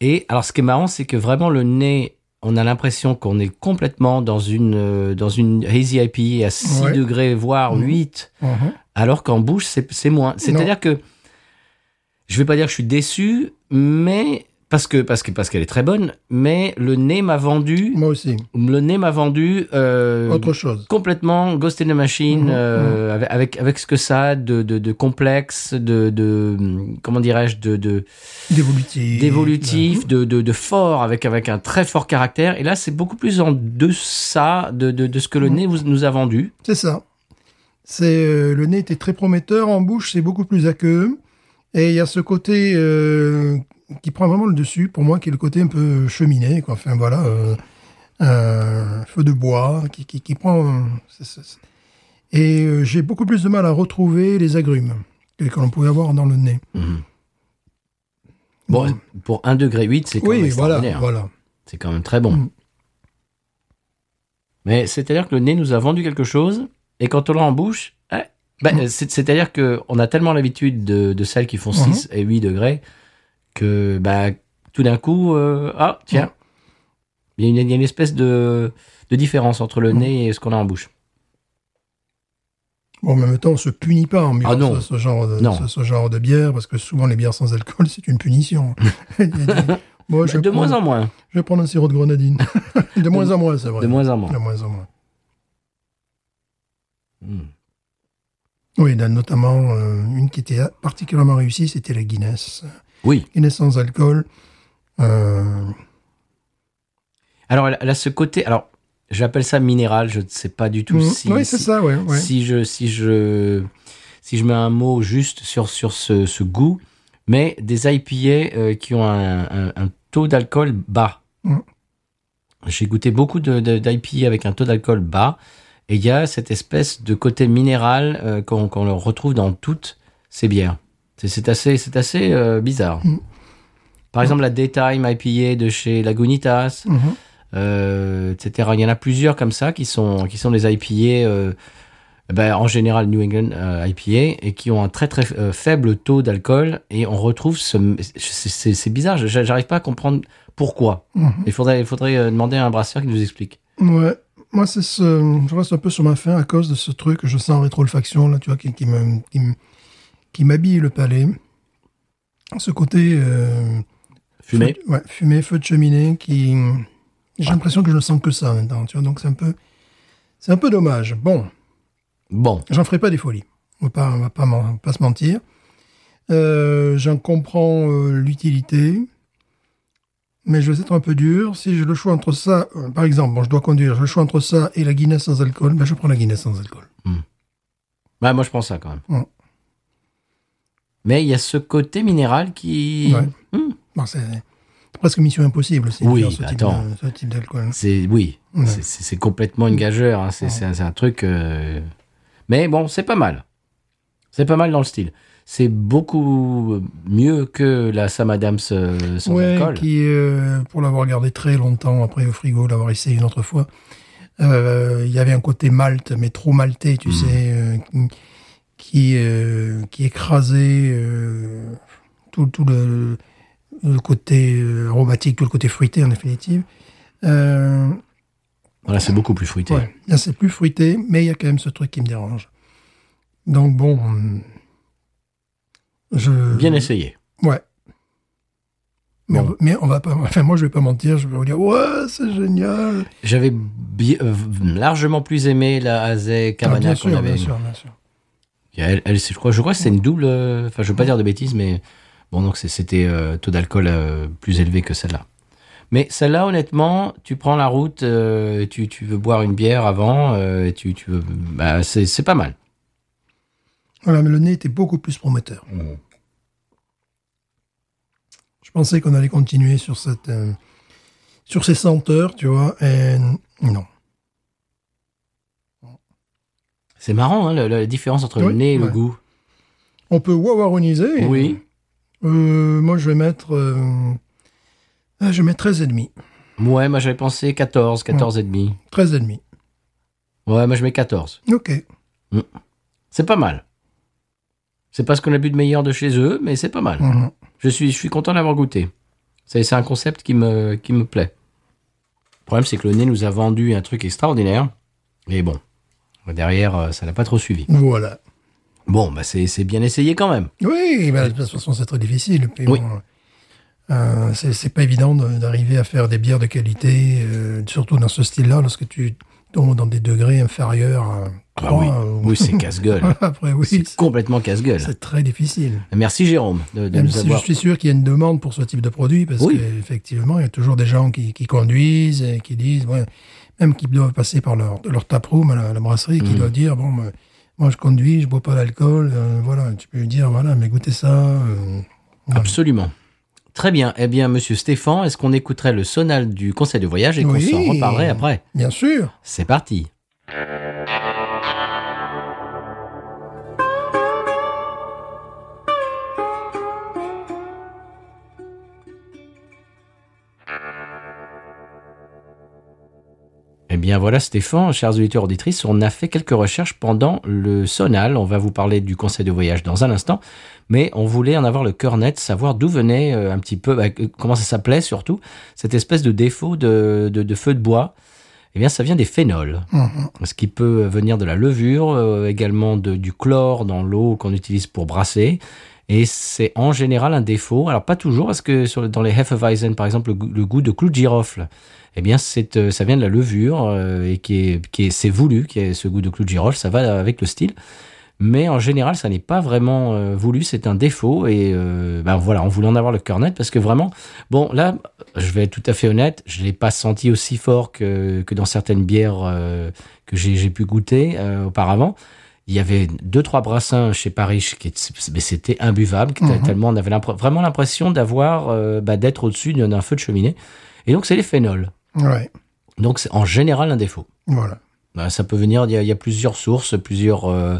S1: Et alors, ce qui est marrant, c'est que vraiment le nez, on a l'impression qu'on est complètement dans une euh, dans une hazy IPA à 6
S2: Ouais.
S1: degrés, voire 8,
S2: Mhm.
S1: alors qu'en bouche, c'est c'est moins. C'est-à-dire que je vais pas dire que je suis déçu, mais parce que parce que parce qu'elle est très bonne, mais le nez m'a vendu.
S2: Moi aussi.
S1: Le nez m'a vendu. euh,
S2: Autre chose.
S1: complètement Ghost in the Machine,
S2: Mhm,
S1: euh, avec- avec avec ce que ça a de, de, de complexe, de, de comment dirais-je, de, de
S2: D'évolutif. bah
S1: d'évolutif, de, de, de fort, avec avec un très fort caractère. Et là, c'est beaucoup plus en deçà de, de, de ce que
S2: Mhm.
S1: le nez vous, nous a vendu.
S2: C'est ça. C'est euh, le nez était très prometteur en bouche, c'est beaucoup plus aqueux. Et il y a ce côté euh, qui prend vraiment le dessus pour moi, qui est le côté un peu cheminée. Quoi. Enfin voilà, euh, un feu de bois qui, qui, qui prend. c'est- c'est- c'est- Et euh, j'ai beaucoup plus de mal à retrouver les agrumes que, que l'on pouvait avoir dans le nez.
S1: Mhm. Bon, pour 1 degré 8, c'est quand même
S2: oui, voilà,
S1: extraordinaire.
S2: voilà.
S1: C'est quand même très bon.
S2: Mhm.
S1: Mais c'est-à-dire que le nez nous a vendu quelque chose, et quand on l'a en bouche, eh, ben,
S2: Mhm.
S1: c'est- c'est-à-dire qu'on a tellement l'habitude de, de celles qui font
S2: Mhm.
S1: 6 et 8 degrés, que bah, tout d'un coup, euh, ah,
S2: Mhm.
S1: tiens, il y, a une- il y a une espèce de, de différence entre
S2: Mhm.
S1: le nez et ce qu'on a en bouche.
S2: Bon, en même temps, on se punit pas hein, en buvant
S1: Ah non.
S2: ce, ce genre de,
S1: Non.
S2: Ce, ce genre de bière, parce que souvent les bières sans alcool, c'est une punition. Il y a des- Moi,
S1: Bah, de
S2: prends-
S1: moins en moins.
S2: Je vais prendre un sirop de grenadine. de moins en moins, c'est vrai.
S1: De moins en moins.
S2: De moins en moins.
S1: Mm.
S2: Oui, il y en a notamment euh, une qui était particulièrement réussie, c'était la Guinness.
S1: Oui.
S2: Guinness sans alcool. Euh,
S1: Alors, elle, elle a ce côté. Alors, j'appelle ça minéral, je ne sais pas du tout
S2: mm,
S1: si.
S2: oui, c'est
S1: si-
S2: ça, ouais, ouais.
S1: si je si je si je mets un mot juste sur sur ce, ce goût, mais des IPA euh, qui ont un, un- un taux d'alcool bas.
S2: Mm.
S1: J'ai goûté beaucoup de, de- d'IPA avec un taux d'alcool bas. Et il y a cette espèce de côté minéral euh, qu'on, qu'on retrouve dans toutes ces bières. C'est, c'est assez, c'est assez euh, bizarre.
S2: Mhm.
S1: Par exemple, la Daytime IPA de chez Lagunitas,
S2: Mhm.
S1: euh, etc. Il y en a plusieurs comme ça qui sont, qui sont des IPA, euh, ben, en général New England euh, IPA, et qui ont un très très euh, faible taux d'alcool. Et on retrouve ce. C'est, c'est- c'est bizarre, j'a- j'arrive pas à comprendre pourquoi.
S2: Mhm.
S1: Il faudrait, il faudrait euh, demander à un brasseur qui nous explique.
S2: Ouais. Moi, c'est ce... je reste un peu sur ma faim à cause de ce truc que je sens en rétro-olfaction, là, tu vois, qui, qui me- qui me- qui m'habille le palais. Ce côté. euh,
S1: Fumé.
S2: feu de- ouais, fumé, feu de cheminée, qui. J'ai l'impression que je ne sens que ça maintenant, tu vois, donc c'est un peu. C'est un peu dommage. Bon,
S1: Bon.
S2: j'en ferai pas des folies. On va pas, on va pas, m'en- on va pas se mentir. Euh, j'en comprends euh, l'utilité, mais je vais être un peu dur. Si j'ai le choix entre ça, euh, par exemple, bon, je dois conduire, j'ai le choix entre ça et la Guinness sans alcool, ben je prends la Guinness sans alcool.
S1: Ouais, Ben, moi, je pense ça quand même.
S2: Mm.
S1: Mais il y a ce côté minéral qui.
S2: Ouais.
S1: Hmm.
S2: Bon, c'est c'est presque mission impossible aussi, de
S1: Oui,
S2: faire ce type
S1: attends.
S2: de- ce type d'alcool. hein.
S1: C'est oui,
S2: Ouais.
S1: c'est- c'est c'est complètement une gageure. hein. C'est c'est un, c'est un truc. euh, Mais bon, c'est pas mal. C'est pas mal dans le style. C'est beaucoup mieux que la Sam Adams euh, sans
S2: ouais,
S1: alcool.
S2: qui, euh, pour l'avoir gardé très longtemps après au frigo, l'avoir essayé une autre fois, euh, il y avait un côté malte, mais trop maltais,
S1: Hmm.
S2: tu sais, euh, qui, euh, qui écrasait euh, tout, tout le, le côté euh, aromatique, tout le côté fruité en définitive. Euh,
S1: Voilà, c'est beaucoup plus fruité.
S2: ouais, là c'est plus fruité, mais il y a quand même ce truc qui me dérange. Donc bon, hum, je
S1: Bien essayé.
S2: Ouais. Mais,
S1: Bon.
S2: on, mais on va pas. Enfin, moi, je vais pas mentir. Je vais vous dire, ouais, c'est génial.
S1: J'avais bi- euh, largement plus aimé la Azé
S2: Ah, bien
S1: Cabana qu'on
S2: sûr,
S1: avait.
S2: bien sûr, bien sûr.
S1: Il y a Elle, elle, c'est- je crois, je crois que c'est une double. euh, Enfin, je veux pas dire de bêtises, mais bon, donc c'est- c'était euh, taux d'alcool euh, plus élevé que celle-là. Mais celle-là, honnêtement, tu prends la route, euh, tu, tu veux boire une bière avant, euh, et tu, tu veux, bah, c'est c'est pas mal.
S2: Voilà, mais le nez était beaucoup plus prometteur. Je pensais qu'on allait continuer sur cette, euh, sur ces senteurs, tu vois. Et non.
S1: C'est marrant, hein, le- la, différence entre le
S2: Oui,
S1: nez et le
S2: ouais.
S1: goût.
S2: On peut wawaroniser.
S1: Oui,
S2: Euh, moi, je vais mettre. euh, ah, je vais mettre 13,5.
S1: ouais, moi j'avais pensé 14, 14 et demi.
S2: 13,5.
S1: Ouais, moi je mets 14.
S2: Ok.
S1: C'est pas mal. C'est pas ce qu'on a bu de meilleur de chez eux, mais c'est pas mal.
S2: Mhm.
S1: Je suis, je suis content d'avoir goûté. C'est c'est un concept qui me, qui me plaît. Le problème, c'est que le nez nous a vendu un truc extraordinaire. Mais bon, derrière, euh, ça n'a pas trop suivi.
S2: Voilà.
S1: Bon, bah c'est c'est bien essayé quand même.
S2: Oui, bah, de toute façon, c'est très difficile. Puis
S1: Oui.
S2: bon, euh, c'est c'est pas évident de- d'arriver à faire des bières de qualité, euh, surtout dans ce style-là, lorsque tu tombes dans des degrés inférieurs à
S1: Ah bah
S2: 3.
S1: oui,
S2: ou-
S1: oui c'est casse-gueule.
S2: Après, oui,
S1: c'est
S2: c'est-
S1: complètement casse-gueule.
S2: c'est très difficile.
S1: Merci Jérôme de, de
S2: Même
S1: Eh nous
S2: si
S1: avoir...
S2: je suis sûr qu'il y a une demande pour ce type de produit, parce
S1: Oui.
S2: qu'effectivement, il y a toujours des gens qui, qui conduisent, et qui disent, ouais, même qui doivent passer par leur, leur taproom à la, la brasserie,
S1: Mhm.
S2: qui doivent dire, bon, ben, moi je conduis, je bois pas d'alcool, euh, voilà, tu peux lui dire, voilà, mais goûtez ça. euh, voilà.
S1: Absolument. Très bien. Eh bien, monsieur Stéphane, est-ce qu'on écouterait le sonal du conseil de voyage et qu'on
S2: Oui.
S1: s'en reparlerait après
S2: Bien sûr.
S1: C'est parti. Eh bien voilà Stéphane, chers auditeurs auditrices, on a fait quelques recherches pendant le sonal. On va vous parler du conseil de voyage dans un instant, mais on voulait en avoir le cœur net, savoir d'où venait euh, un petit peu, bah, euh, comment ça s'appelait surtout, cette espèce de défaut de, de- de feu de bois. Eh bien ça vient des phénols,
S2: Mhm.
S1: ce qui peut venir de la levure, euh, également de- du chlore dans l'eau qu'on utilise pour brasser. Et c'est en général un défaut. Alors pas toujours, parce que sur, dans les Hefeweizen, par exemple, le, goût- le goût de clou de girofle, eh bien, c'est, euh, ça vient de la levure euh, et qui est, qui est, c'est voulu, qui est ce goût de clou de girofle, ça va avec le style. Mais en général, ça n'est pas vraiment euh, voulu, c'est un défaut. Et euh, ben voilà, on voulait en avoir le cœur net parce que vraiment, bon, là, je vais être tout à fait honnête, je l'ai pas senti aussi fort que, que dans certaines bières euh, que j'ai, j'ai pu goûter euh, auparavant. Il y avait deux trois brassins chez Paris qui étaient- mais c'était imbuvable, que t'as-
S2: Mhm.
S1: tellement on avait l'impre- vraiment l'impression d'avoir euh, bah, d'être au-dessus d'un d'un feu de cheminée. Et donc c'est les phénols.
S2: Ouais.
S1: Donc c'est en général un défaut.
S2: Voilà.
S1: Euh, Ça peut venir, il y, a- il y a plusieurs sources, plusieurs, euh,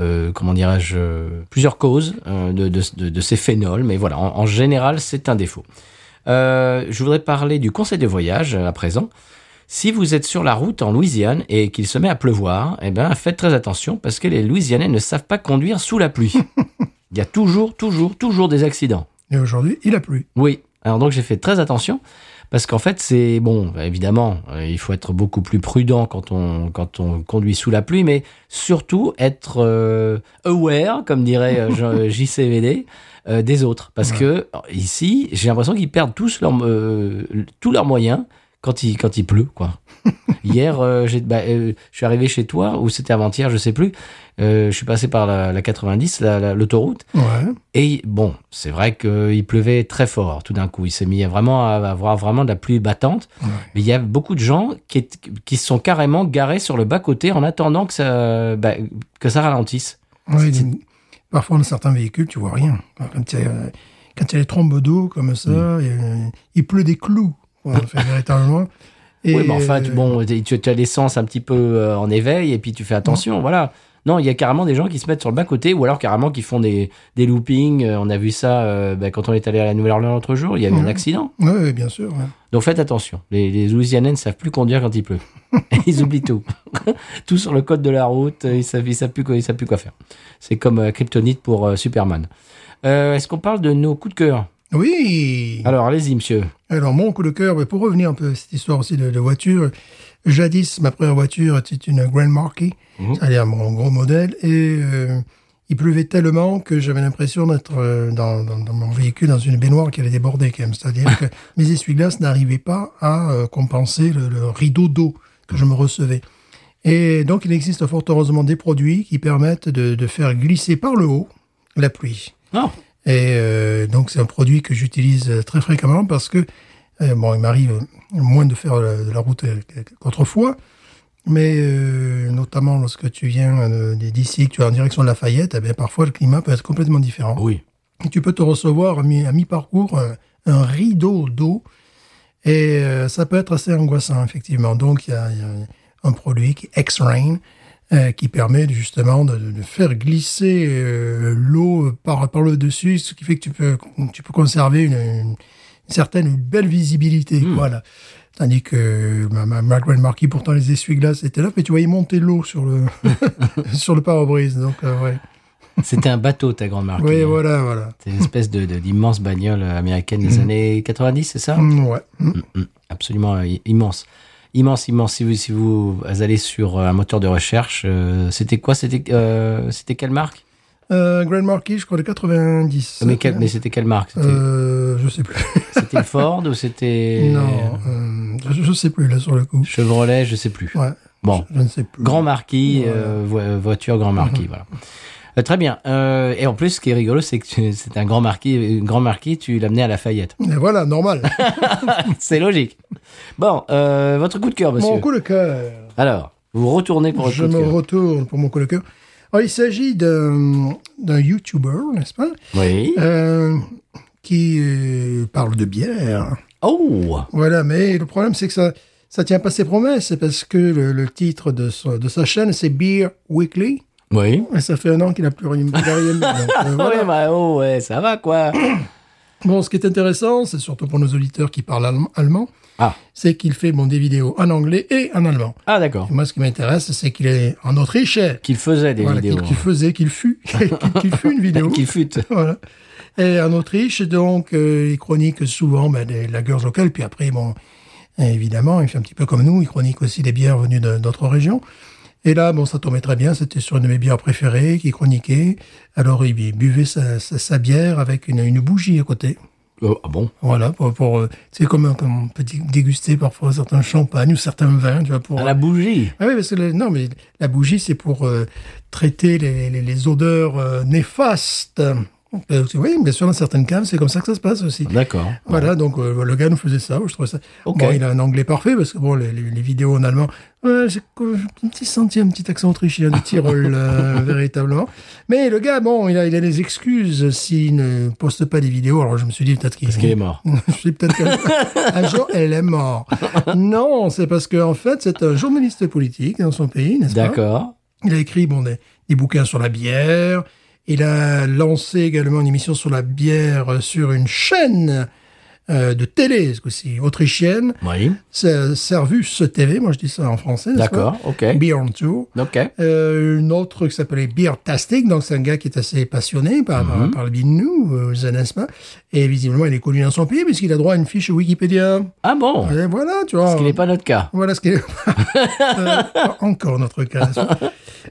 S1: euh, comment dirais-je, euh, plusieurs causes euh, de, de- de- de ces phénols, mais voilà, en, en général, c'est un défaut. Euh, je voudrais parler du conseil de voyage euh, à présent. Si vous êtes sur la route en Louisiane et qu'il se met à pleuvoir, eh ben, faites très attention parce que les Louisianais ne savent pas conduire sous la pluie. Il y a toujours, toujours, toujours des accidents.
S2: Et aujourd'hui, il a plu.
S1: Oui. Alors donc j'ai fait très attention parce qu'en fait c'est bon évidemment euh, il faut être beaucoup plus prudent quand on quand on conduit sous la pluie mais surtout être euh, aware comme dirait euh, Jean- JCVD euh, des autres parce
S2: Ouais.
S1: que alors, ici j'ai l'impression qu'ils perdent tous leurs euh, tous leurs moyens quand il quand il pleut quoi. Hier euh, j'ai- bah, euh, je suis arrivé chez toi ou c'était avant-hier je sais plus Euh, je suis passé par la, la 90 la- la- l'autoroute
S2: Ouais.
S1: et bon, c'est vrai qu'il pleuvait très fort tout d'un coup. Il s'est mis vraiment à avoir vraiment de la pluie battante.
S2: Ouais.
S1: Mais il y a beaucoup de gens qui, est- qui se sont carrément garés sur le bas-côté en attendant que ça, bah, que ça ralentisse.
S2: Ouais,
S1: C'est-
S2: des- Parfois, dans certains véhicules, tu vois rien. Quand il y a, quand il y a les trombes d'eau comme ça,
S1: Mm.
S2: il, y a- il pleut des clous, quoi, enfin, véritablement. Et,
S1: oui, mais enfin, tu,
S2: euh,
S1: bon, tu, tu as l'essence un petit peu euh, en éveil et puis tu fais attention, voilà. Non, il y a carrément des gens qui se mettent sur le bas-côté ou alors carrément qui font des, des loopings. Euh, On a vu ça euh, bah, quand on est allé à la Nouvelle-Orléans l'autre jour, il y avait un
S2: Mhm.
S1: accident.
S2: ouais, ouais, bien sûr. ouais.
S1: Donc faites attention, les, les Louisianais ne savent plus conduire quand il pleut. ils oublient tout. tout sur le code de la route, euh, ils savent, ils savent, plus, quoi, ils savent plus quoi faire. C'est comme euh, Kryptonite pour euh, Superman. Euh, Est-ce qu'on parle de nos coups de cœur
S2: Oui.
S1: Alors allez-y, monsieur.
S2: Alors, mon coup de cœur, mais pour revenir un peu à cette histoire aussi de, de voiture, jadis, ma première voiture était une Grand Marquis,
S1: Mhm.
S2: c'est-à-dire mon gros modèle, et euh, il pleuvait tellement que j'avais l'impression d'être euh, dans, dans- dans mon véhicule, dans une baignoire qui allait déborder quand même. C'est-à-dire que mes essuie-glaces n'arrivaient pas à euh, compenser le, le rideau d'eau que je me recevais. Et donc, il existe fort heureusement des produits qui permettent de- de faire glisser par le haut la pluie.
S1: Non.
S2: Et euh, donc c'est un produit que j'utilise euh, très fréquemment parce que euh, bon, il m'arrive euh, moins de faire la- de la route euh, qu'autrefois, mais euh, notamment lorsque tu viens euh, d'ici, que tu es en direction de Lafayette, eh bien, parfois le climat peut être complètement différent.
S1: Oui.
S2: Et tu peux te recevoir à mi- à mi-parcours un, un rideau d'eau et euh, ça peut être assez angoissant, effectivement. Donc, il y a, il y a un produit qui X-Rain euh, qui permet de- justement de, de faire glisser euh, l'eau par, par le dessus, ce qui fait que tu peux, tu peux conserver une, une certaine une belle visibilité. Voilà. Tandis que ma, ma, ma Grand Marquis, pourtant les essuie-glaces étaient là, mais tu voyais monter l'eau sur le, sur le pare-brise. Donc, euh, ouais.
S1: C'était un bateau, ta grande marque.
S2: Oui,
S1: hein.
S2: voilà, voilà.
S1: C'est une espèce de- de- d'immense bagnole euh, américaine des années 90, c'est ça
S2: Mm, ouais. Mm.
S1: Mm, Absolument euh, i- immense. Immense, immense. Si vous, si vous allez sur euh, un moteur de recherche, euh, c'était quoi C'était euh, c'était quelle marque
S2: Euh, Grand Marquis, je crois, de 90.
S1: Ah, mais, quel- mais c'était quelle marque C'était
S2: Euh, je sais plus.
S1: c'était Ford ou c'était
S2: Non, euh, je, je sais plus, là, sur le coup.
S1: Chevrolet, je sais plus.
S2: Ouais,
S1: Bon,
S2: je ne sais plus.
S1: Grand Marquis,
S2: Voilà.
S1: euh, vo- voiture Grand Marquis,
S2: Mhm.
S1: voilà. Euh, très bien. Euh, et en plus, ce qui est rigolo, c'est que tu- c'est un Grand Marquis, euh, Grand Marquis, tu l'amenais à Lafayette.
S2: Et voilà, normal.
S1: c'est logique. Bon, euh, votre coup de cœur, monsieur.
S2: Mon coup de cœur.
S1: Alors, vous retournez pour votre
S2: Je
S1: coup de
S2: me
S1: cœur.
S2: retourne pour mon coup de cœur. Alors, il s'agit d'un d'un YouTuber, n'est-ce pas
S1: Oui.
S2: Euh, Qui euh, parle de bière.
S1: Oh,
S2: Voilà, mais le problème, c'est que ça ça tient pas ses promesses. C'est parce que le, le titre de, son- de sa chaîne, c'est Beer Weekly.
S1: oui.
S2: Et ça fait un an qu'il n'a plus rien. qu'il a rien mis. Donc, euh, voilà.
S1: Ouais, bah, oh, ouais, ça va quoi.
S2: Bon, ce qui est intéressant, c'est surtout pour nos auditeurs qui parlent allem- allemand,
S1: Ah,
S2: c'est qu'il fait bon, des vidéos en anglais et en allemand.
S1: ah d'accord.
S2: Et moi, ce qui m'intéresse, c'est qu'il est en Autriche.
S1: Qu'il faisait des
S2: Voilà, qu'il
S1: vidéos. hein.
S2: qu'il faisait, qu'il fut, qu'il fut une vidéo.
S1: Qu'il fût.
S2: Voilà. Et en Autriche, donc, euh, il chronique souvent ben, des lagers locales. Puis après, bon, évidemment, il fait un petit peu comme nous. Il chronique aussi des bières venues de- d'autres régions. Et là, bon, ça tombait très bien. C'était sur une de mes bières préférées qu'il chroniquait. Alors, il buvait sa, sa- sa bière avec une, une bougie à côté.
S1: Oh, ah bon
S2: Voilà, pour, pour, euh, c'est comme, un- comme on peut dé- déguster parfois certains champagnes ou certains vins, tu vois, pour...
S1: À la bougie.
S2: Ah oui, parce que le- non, mais la bougie, c'est pour euh, traiter les, les- les odeurs euh, néfastes Euh, oui, bien sûr, dans certaines caves, c'est comme ça que ça se passe aussi.
S1: D'accord.
S2: Voilà, donc euh, le gars nous faisait ça. Je trouvais ça.
S1: Ok.
S2: Bon, il a un anglais parfait parce que bon, les, les- les vidéos en allemand, ouais, j'ai co- un petit senti un petit accent autrichien du Tyrol euh, véritablement. Mais le gars, bon, il a, il a des excuses s'il ne poste pas des vidéos. Alors je me suis dit peut-être qu'il
S1: Parce qu'il est mort.
S2: je me suis dit, peut-être qu'un un jour elle est morte. Non, c'est parce qu'en fait c'est un journaliste politique dans son pays, n'est-ce pas
S1: D'accord.
S2: il a écrit bon, des, des bouquins sur la bière. Il a lancé également une émission sur la bière euh, sur une chaîne euh, de télé, ce coup-ci, autrichienne.
S1: Oui.
S2: C'est euh, Servus TV, moi je dis ça en français. n'est-ce
S1: D'accord,
S2: pas
S1: ok.
S2: Beer on Tour.
S1: Ok.
S2: Euh, une autre qui s'appelait Beer Tastic, donc c'est un gars qui est assez passionné par,
S1: Mhm.
S2: par, par le vin nous, euh, n'est-ce pas Et visiblement, il est connu dans son pays puisqu'il a droit à une fiche Wikipédia.
S1: Ah bon
S2: Et voilà, tu vois.
S1: Ce qui n'est pas notre cas.
S2: Voilà ce qu'il est. Euh, encore notre cas.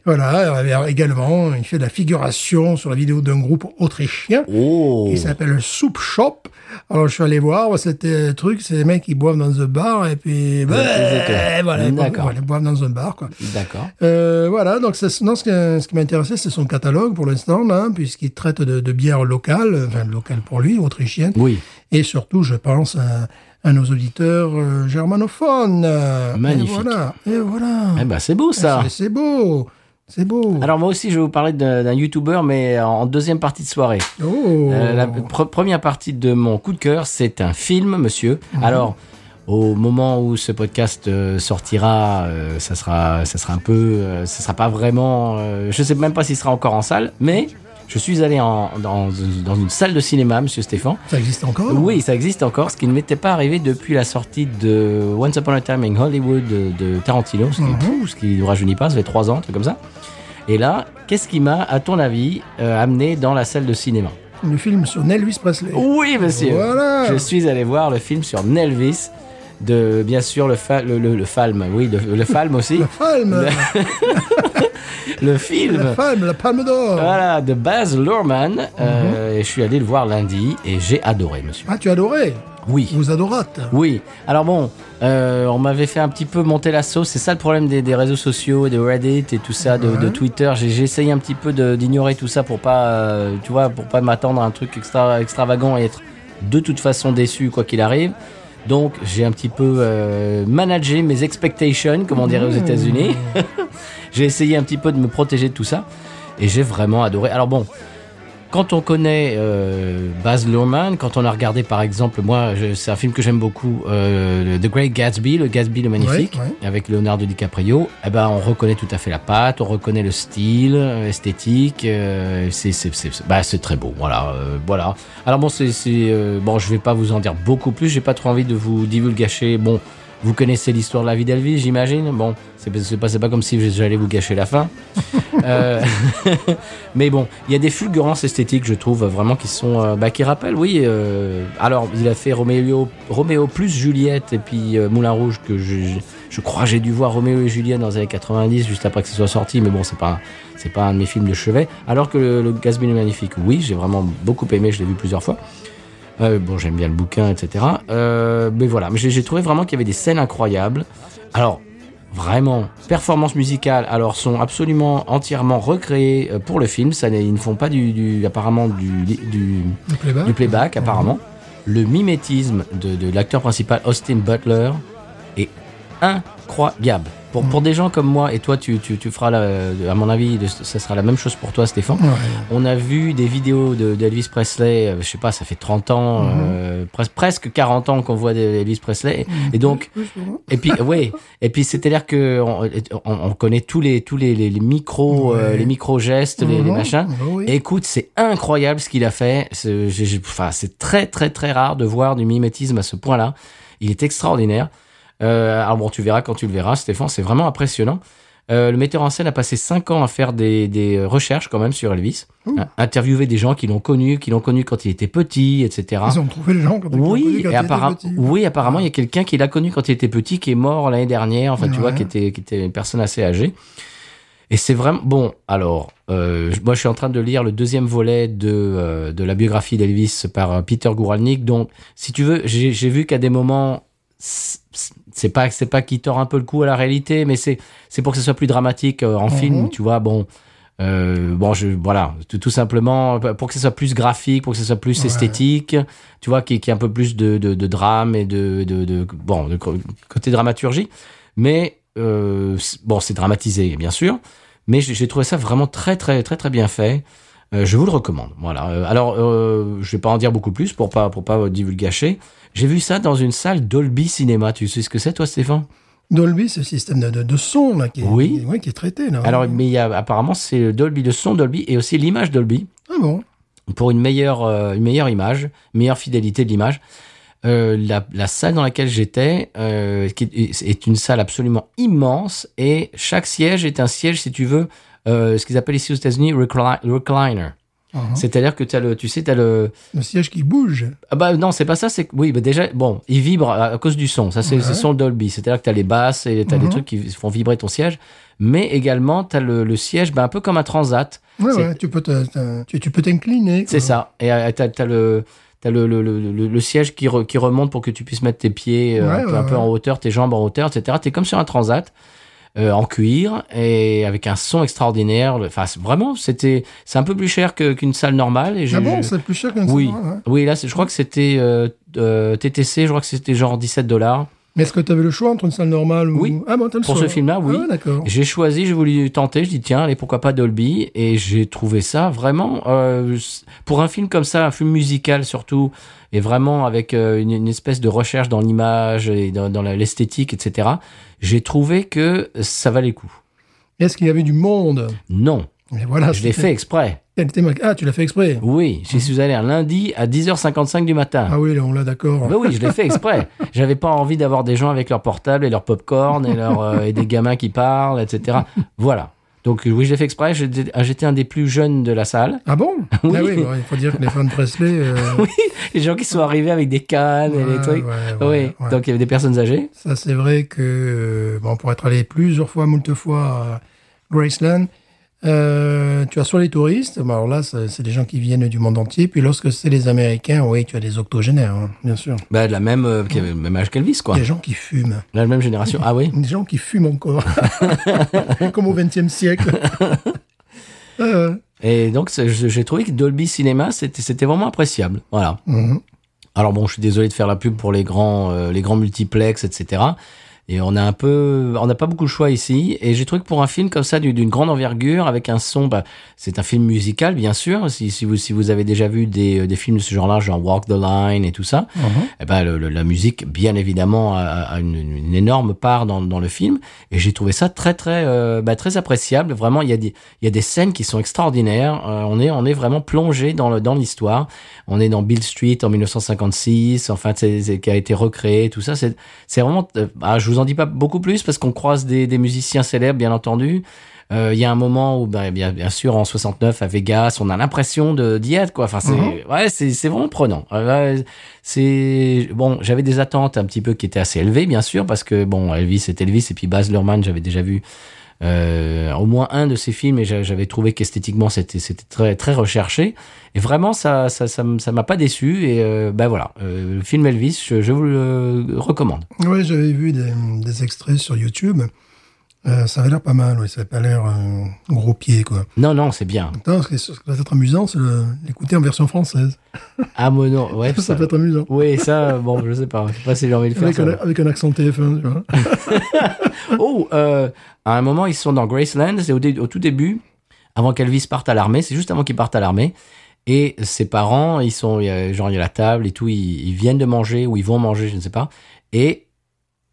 S2: voilà, euh, également, il fait de la figuration sur la vidéo d'un groupe autrichien.
S1: Oh
S2: qui s'appelle Soup Shop. Alors je suis allé voir, c'était un truc, c'est des mecs qui boivent dans un bar et puis bah,
S1: éclatez.
S2: voilà, ils boivent,
S1: D'accord.
S2: voilà, ils boivent dans un bar quoi.
S1: D'accord.
S2: Euh, voilà, donc c'est- non, ce, que- ce qui m'intéressait, c'est son catalogue pour l'instant, là, puisqu'il traite de, de bières locales, enfin locales pour lui, autrichiennes,
S1: Oui.
S2: et surtout, je pense, à, à nos auditeurs euh, germanophones. Euh,
S1: Magnifique.
S2: Et voilà, et voilà.
S1: Eh ben, c'est beau ça.
S2: C'est- C'est beau, c'est beau.
S1: Alors moi aussi, je vais vous parler d'un d'un YouTuber, mais en deuxième partie de soirée.
S2: oh.
S1: Euh, la pre- première partie de mon coup de cœur, c'est un film, monsieur. Alors, au moment où ce podcast euh, sortira, euh, ça sera, ça sera un peu, euh, ça sera pas vraiment. euh, je sais même pas s'il sera encore en salle, mais je suis allé en, dans, dans une salle de cinéma, monsieur Stéphane.
S2: Ça existe encore
S1: Oui, ça existe encore, ce qui ne m'était pas arrivé depuis la sortie de Once Upon a Time in Hollywood de, de Tarantino, ce qui,
S2: Mhm.
S1: pff, ce qui ne rajeunit pas, ça fait trois ans, un truc comme ça. Et là, qu'est-ce qui m'a, à ton avis, euh, amené dans la salle de cinéma
S2: Le film sur Elvis Presley.
S1: Oui, monsieur
S2: Voilà.
S1: Je suis allé voir le film sur Nelvis, de, bien sûr, le, fa- le, le, le film, oui, le, le film aussi,
S2: La palme,
S1: le film
S2: la palme, la palme d'or.
S1: voilà, de Baz Luhrmann. Euh, et je suis allé le voir lundi et j'ai adoré, monsieur.
S2: Ah, tu adorais
S1: Oui.
S2: Vous adorate.
S1: Oui, alors bon, euh, on m'avait fait un petit peu monter la sauce, c'est ça le problème des, des réseaux sociaux, de Reddit et tout ça, de, de
S2: Ouais.
S1: Twitter. J'ai j'ai essayé un petit peu de- d'ignorer tout ça pour pas, euh, tu vois, pour pas m'attendre à un truc extra, extravagant et être de toute façon déçu quoi qu'il arrive. Donc j'ai un petit peu euh, managé mes expectations, comme on dirait aux États-Unis. j'ai essayé un petit peu de me protéger de tout ça et j'ai vraiment adoré. Alors bon, quand on connaît euh, Baz Luhrmann, quand on a regardé par exemple, moi je- c'est un film que j'aime beaucoup, euh, The Great Gatsby, le Gatsby le magnifique,
S2: Ouais,
S1: avec Leonardo DiCaprio, eh ben on reconnaît tout à fait la patte, on reconnaît le style, euh, esthétique, euh, c'est c'est c'est c'est- bah, c'est très beau, voilà euh, voilà. Alors bon c'est c'est euh, bon je vais pas vous en dire beaucoup plus, j'ai pas trop envie de vous divulgacher. Bon, vous connaissez l'histoire de la vie d'Elvis, j'imagine. Bon, c'est pas- c'est pas c'est pas comme si j'allais vous gâcher la fin. Euh, mais bon, il y a des fulgurances esthétiques, je trouve, vraiment qui sont, euh, bah, qui rappellent, oui. euh, alors, il a fait Roméo, Roméo plus Juliette et puis euh, Moulin Rouge que je, je, je crois j'ai dû voir Roméo et Juliette dans les années 90, juste après que ce soit sorti. Mais bon, c'est pas, un- c'est pas un de mes films de chevet. Alors que le, le Gatsby le Magnifique, oui, j'ai vraiment beaucoup aimé, je l'ai vu plusieurs fois. Euh, bon, j'aime bien le bouquin, etc. Euh, mais voilà, mais j'ai j'ai trouvé vraiment qu'il y avait des scènes incroyables. Alors, vraiment, performances musicales, alors sont absolument entièrement recréées euh, pour le film. Ça, n'est- ils ne font pas du, du- apparemment du, du,
S2: Le playback.
S1: du playback, apparemment. Le mimétisme de, de l'acteur principal, Austin Butler, est incroyable. Pour, pour des gens comme moi, et toi, tu, tu, tu feras, la- à mon avis, de- ça sera la même chose pour toi, Stéphane.
S2: Ouais.
S1: On a vu des vidéos de- d'Elvis Presley, euh, je sais pas, ça fait 30 ans,
S2: Mhm.
S1: euh, pres- presque 40 ans qu'on voit Elvis Presley.
S2: Mhm.
S1: Et donc, et puis, oui, et puis c'est-à-dire que on, on- on connaît tous les, tous les, les, les micros, euh,
S2: Ouais.
S1: les micro-gestes, les, les
S2: Mhm.
S1: machins.
S2: Ah oui.
S1: Écoute, c'est incroyable ce qu'il a fait. C'est j'ai- j'ai- enfin, c'est très, très, très rare de voir du mimétisme à ce point-là. Il est extraordinaire. Euh, alors bon, tu verras quand tu le verras, Stéphane, c'est vraiment impressionnant. Euh, le metteur en scène a passé cinq ans à faire des, des recherches quand même sur Elvis, à interviewer des gens qui l'ont connu, qui l'ont connu quand il était petit, etc.
S2: Ils ont trouvé les gens quand ils ont connu,
S1: Hein Oui,
S2: quand
S1: et
S2: ils étaient
S1: apparem-
S2: petits.
S1: oui, apparemment, il y a quelqu'un qui l'a connu quand il était petit, qui est mort l'année dernière, enfin, tu vois,
S2: Ouais.
S1: qui était, qui était une personne assez âgée. Et c'est vraiment. Bon, alors, euh, je- moi, je suis en train de lire le deuxième volet de, euh, de la biographie d'Elvis par euh, Peter Gouralnik. Donc, si tu veux, j'ai j'ai vu qu'à des moments, c'est c'est pas, c'est pas qu'il tord un peu le coup à la réalité, mais c'est c'est pour que ce soit plus dramatique euh, en
S2: Mhm.
S1: film, tu vois. Bon, Euh, bon, je, voilà, tout, tout simplement pour que ce soit plus graphique, pour que ce soit plus
S2: Ouais.
S1: esthétique, tu vois, qui, qui est un peu plus de, de, de drame et de, de, de- bon, de co- côté dramaturgie. Mais euh, c- bon, c'est dramatisé, bien sûr, mais j'ai j'ai trouvé ça vraiment très, très, très, très bien fait. Euh, je vous le recommande. Voilà. Euh, alors, euh, je vais pas en dire beaucoup plus pour pas pour pas euh, divulgacher. J'ai vu ça dans une salle Dolby Cinéma. Tu sais ce que c'est, toi, Stéphane
S2: Dolby, ce système de, de- de son là, qui, est,
S1: Oui.
S2: qui est- ouais, qui est traité. Là.
S1: Alors, mais il y a apparemment c'est Dolby, le son Dolby et aussi l'image Dolby.
S2: Ah bon
S1: pour une meilleure, euh, une meilleure image, meilleure fidélité de l'image. Euh, la, la salle dans laquelle j'étais euh, qui est, est une salle absolument immense et chaque siège est un siège, si tu veux, euh, ce qu'ils appellent ici aux États-Unis recli- recliner.
S2: Ah,
S1: C'est-à-dire que as le, tu sais, tu as le.
S2: Le siège qui bouge.
S1: Ah bah non, c'est pas ça, c'est que. Oui, bah déjà, bon, il vibre à, à cause du son. Ça, c'est
S2: Ouais.
S1: c'est son Dolby. C'est-à-dire que tu as les basses et tu as des
S2: Mhm.
S1: trucs qui font vibrer ton siège. Mais également, tu as le, le siège bah, un peu comme un transat.
S2: Ouais,
S1: C'est-
S2: ouais, tu peux te- te- tu, tu peux t'incliner.
S1: C'est
S2: quoi.
S1: ça. Et euh, t'as as le t'as le, le, le, le- le siège qui, re- qui remonte pour que tu puisses mettre tes pieds euh,
S2: Ouais,
S1: un, peu,
S2: ouais,
S1: un peu
S2: ouais.
S1: en hauteur, tes jambes en hauteur, etc. T'es comme sur un transat euh, en cuir et avec un son extraordinaire. Le- Enfin, c'est- vraiment, c'était c'est un peu plus cher que- qu'une salle normale. Et j'ai-
S2: Ah bon,
S1: j'ai-
S2: c'est plus cher qu'un hein.
S1: Oui.
S2: salon, ouais.
S1: oui, là, c'est- je crois que c'était euh, euh, TTC. Je crois que c'était genre 17 dollars.
S2: Mais est-ce que tu avais le choix entre une salle normale ou...
S1: Oui.
S2: Ah bon, t'as le
S1: Pour
S2: choix.
S1: ce film-là, oui.
S2: Ah ouais, d'accord.
S1: J'ai choisi, j'ai voulu tenter, je dis tiens, allez, pourquoi pas Dolby Et j'ai trouvé ça vraiment, euh, pour un film comme ça, un film musical surtout, et vraiment avec euh, une, une espèce de recherche dans l'image et dans, dans la- l'esthétique, etc., j'ai trouvé que ça valait le coup.
S2: Est-ce qu'il y avait du monde
S1: Non,
S2: Mais voilà.
S1: je l'ai
S2: Ah, c'était-
S1: fait exprès.
S2: t'as été mal- Ah, tu l'as fait exprès.
S1: Oui, j'y suis allé un lundi à 10h55 du matin.
S2: Ah oui, là, on l'a d'accord.
S1: Ben oui, je l'ai fait exprès. J'avais pas envie d'avoir des gens avec leur portable et leur popcorn et, leur, euh, et des gamins qui parlent, etc. Voilà. Donc oui, je l'ai fait exprès. J'étais ah, j'étais un des plus jeunes de la salle.
S2: Ah bon
S1: Oui.
S2: Ah oui, bah, il faut dire que les fans de Presley. euh,
S1: Oui, les gens qui sont arrivés avec des cannes et
S2: ouais,
S1: des trucs.
S2: ouais,
S1: Oui,
S2: ouais, ouais.
S1: donc il y avait des personnes âgées.
S2: Ça, c'est vrai que, euh, bon, pour être allé plusieurs fois, moult fois à Graceland, euh, tu as soit les touristes, bon, alors là, ça- c'est des gens qui viennent du monde entier, puis lorsque c'est les Américains, oui, tu as des octogénaires, hein, bien sûr.
S1: Ben, de la même, euh, qui avait le même âge qu'Elvis, quoi.
S2: Des gens qui fument.
S1: La même génération. Ah oui
S2: Des gens qui fument encore. Comme au XXe siècle. Euh,
S1: Et donc c'est- je- j'ai trouvé que Dolby Cinema, c'était c'était vraiment appréciable. Voilà.
S2: mhm.
S1: Alors bon, je suis désolé de faire la pub pour les grands, euh, les grands multiplex, etc. Et on a un peu, on n'a pas beaucoup de choix ici. Et j'ai trouvé que pour un film comme ça, du- d'une grande envergure, avec un son, bah, c'est un film musical, bien sûr. Si, si vous, si vous avez déjà vu des, euh, des films de ce genre-là, genre Walk the Line et tout ça,
S2: Mhm.
S1: eh ben, le- le- la musique, bien évidemment, a, a- a une, une énorme part dans, dans le film. Et j'ai trouvé ça très, très, euh, bah, très appréciable. Vraiment, il y, a des, il y a des scènes qui sont extraordinaires. Euh, on, est, on est vraiment plongé dans le- dans l'histoire. on est dans Bill Street en 1956, enfin, c'est c'est- qui a été recréé, tout ça. C'est c'est vraiment. euh, bah, je vous en dis pas beaucoup plus parce qu'on croise des, des musiciens célèbres, bien entendu. Euh, Il y a un moment où, bah, bien, bien sûr, en 69 à Vegas, on a l'impression de- d'y être, quoi. Enfin, c'est
S2: Mhm.
S1: ouais, c'est c'est vraiment prenant. Euh, ouais, c'est bon, j'avais des attentes un petit peu qui étaient assez élevées, bien sûr, parce que bon, Elvis est Elvis, et puis Baz Luhrmann, j'avais déjà vu euh, au moins un de ses films, et j'a- j'avais trouvé qu'esthétiquement c'était c'était très très recherché. Et vraiment, ça ça ça m- ça m'a pas déçu. Et euh, ben voilà, euh, le film Elvis, je, je vous le recommande.
S2: Ouais, j'avais vu des, des extraits sur YouTube. Euh, ça avait l'air pas mal, ouais, ça avait pas l'air euh, gros pied, quoi.
S1: Non non, c'est bien.
S2: Attends, ce qui ce qui va être amusant, c'est le- l'écouter en version française.
S1: Ah mon nom, ouais.
S2: ça,
S1: ça-
S2: peut être amusant.
S1: Oui, ça, bon, je sais pas. Je sais pas si j'ai envie de faire
S2: Avec
S1: ça.
S2: un, avec un accent TF1, tu vois.
S1: Oh, euh, à un moment, ils sont dans Graceland, c'est au, dé- au tout début, avant qu'Elvis parte à l'armée, c'est juste avant qu'il parte à l'armée. Et ses parents, ils sont, il y a- genre, il y a la table et tout, ils, ils viennent de manger ou ils vont manger, je ne sais pas. Et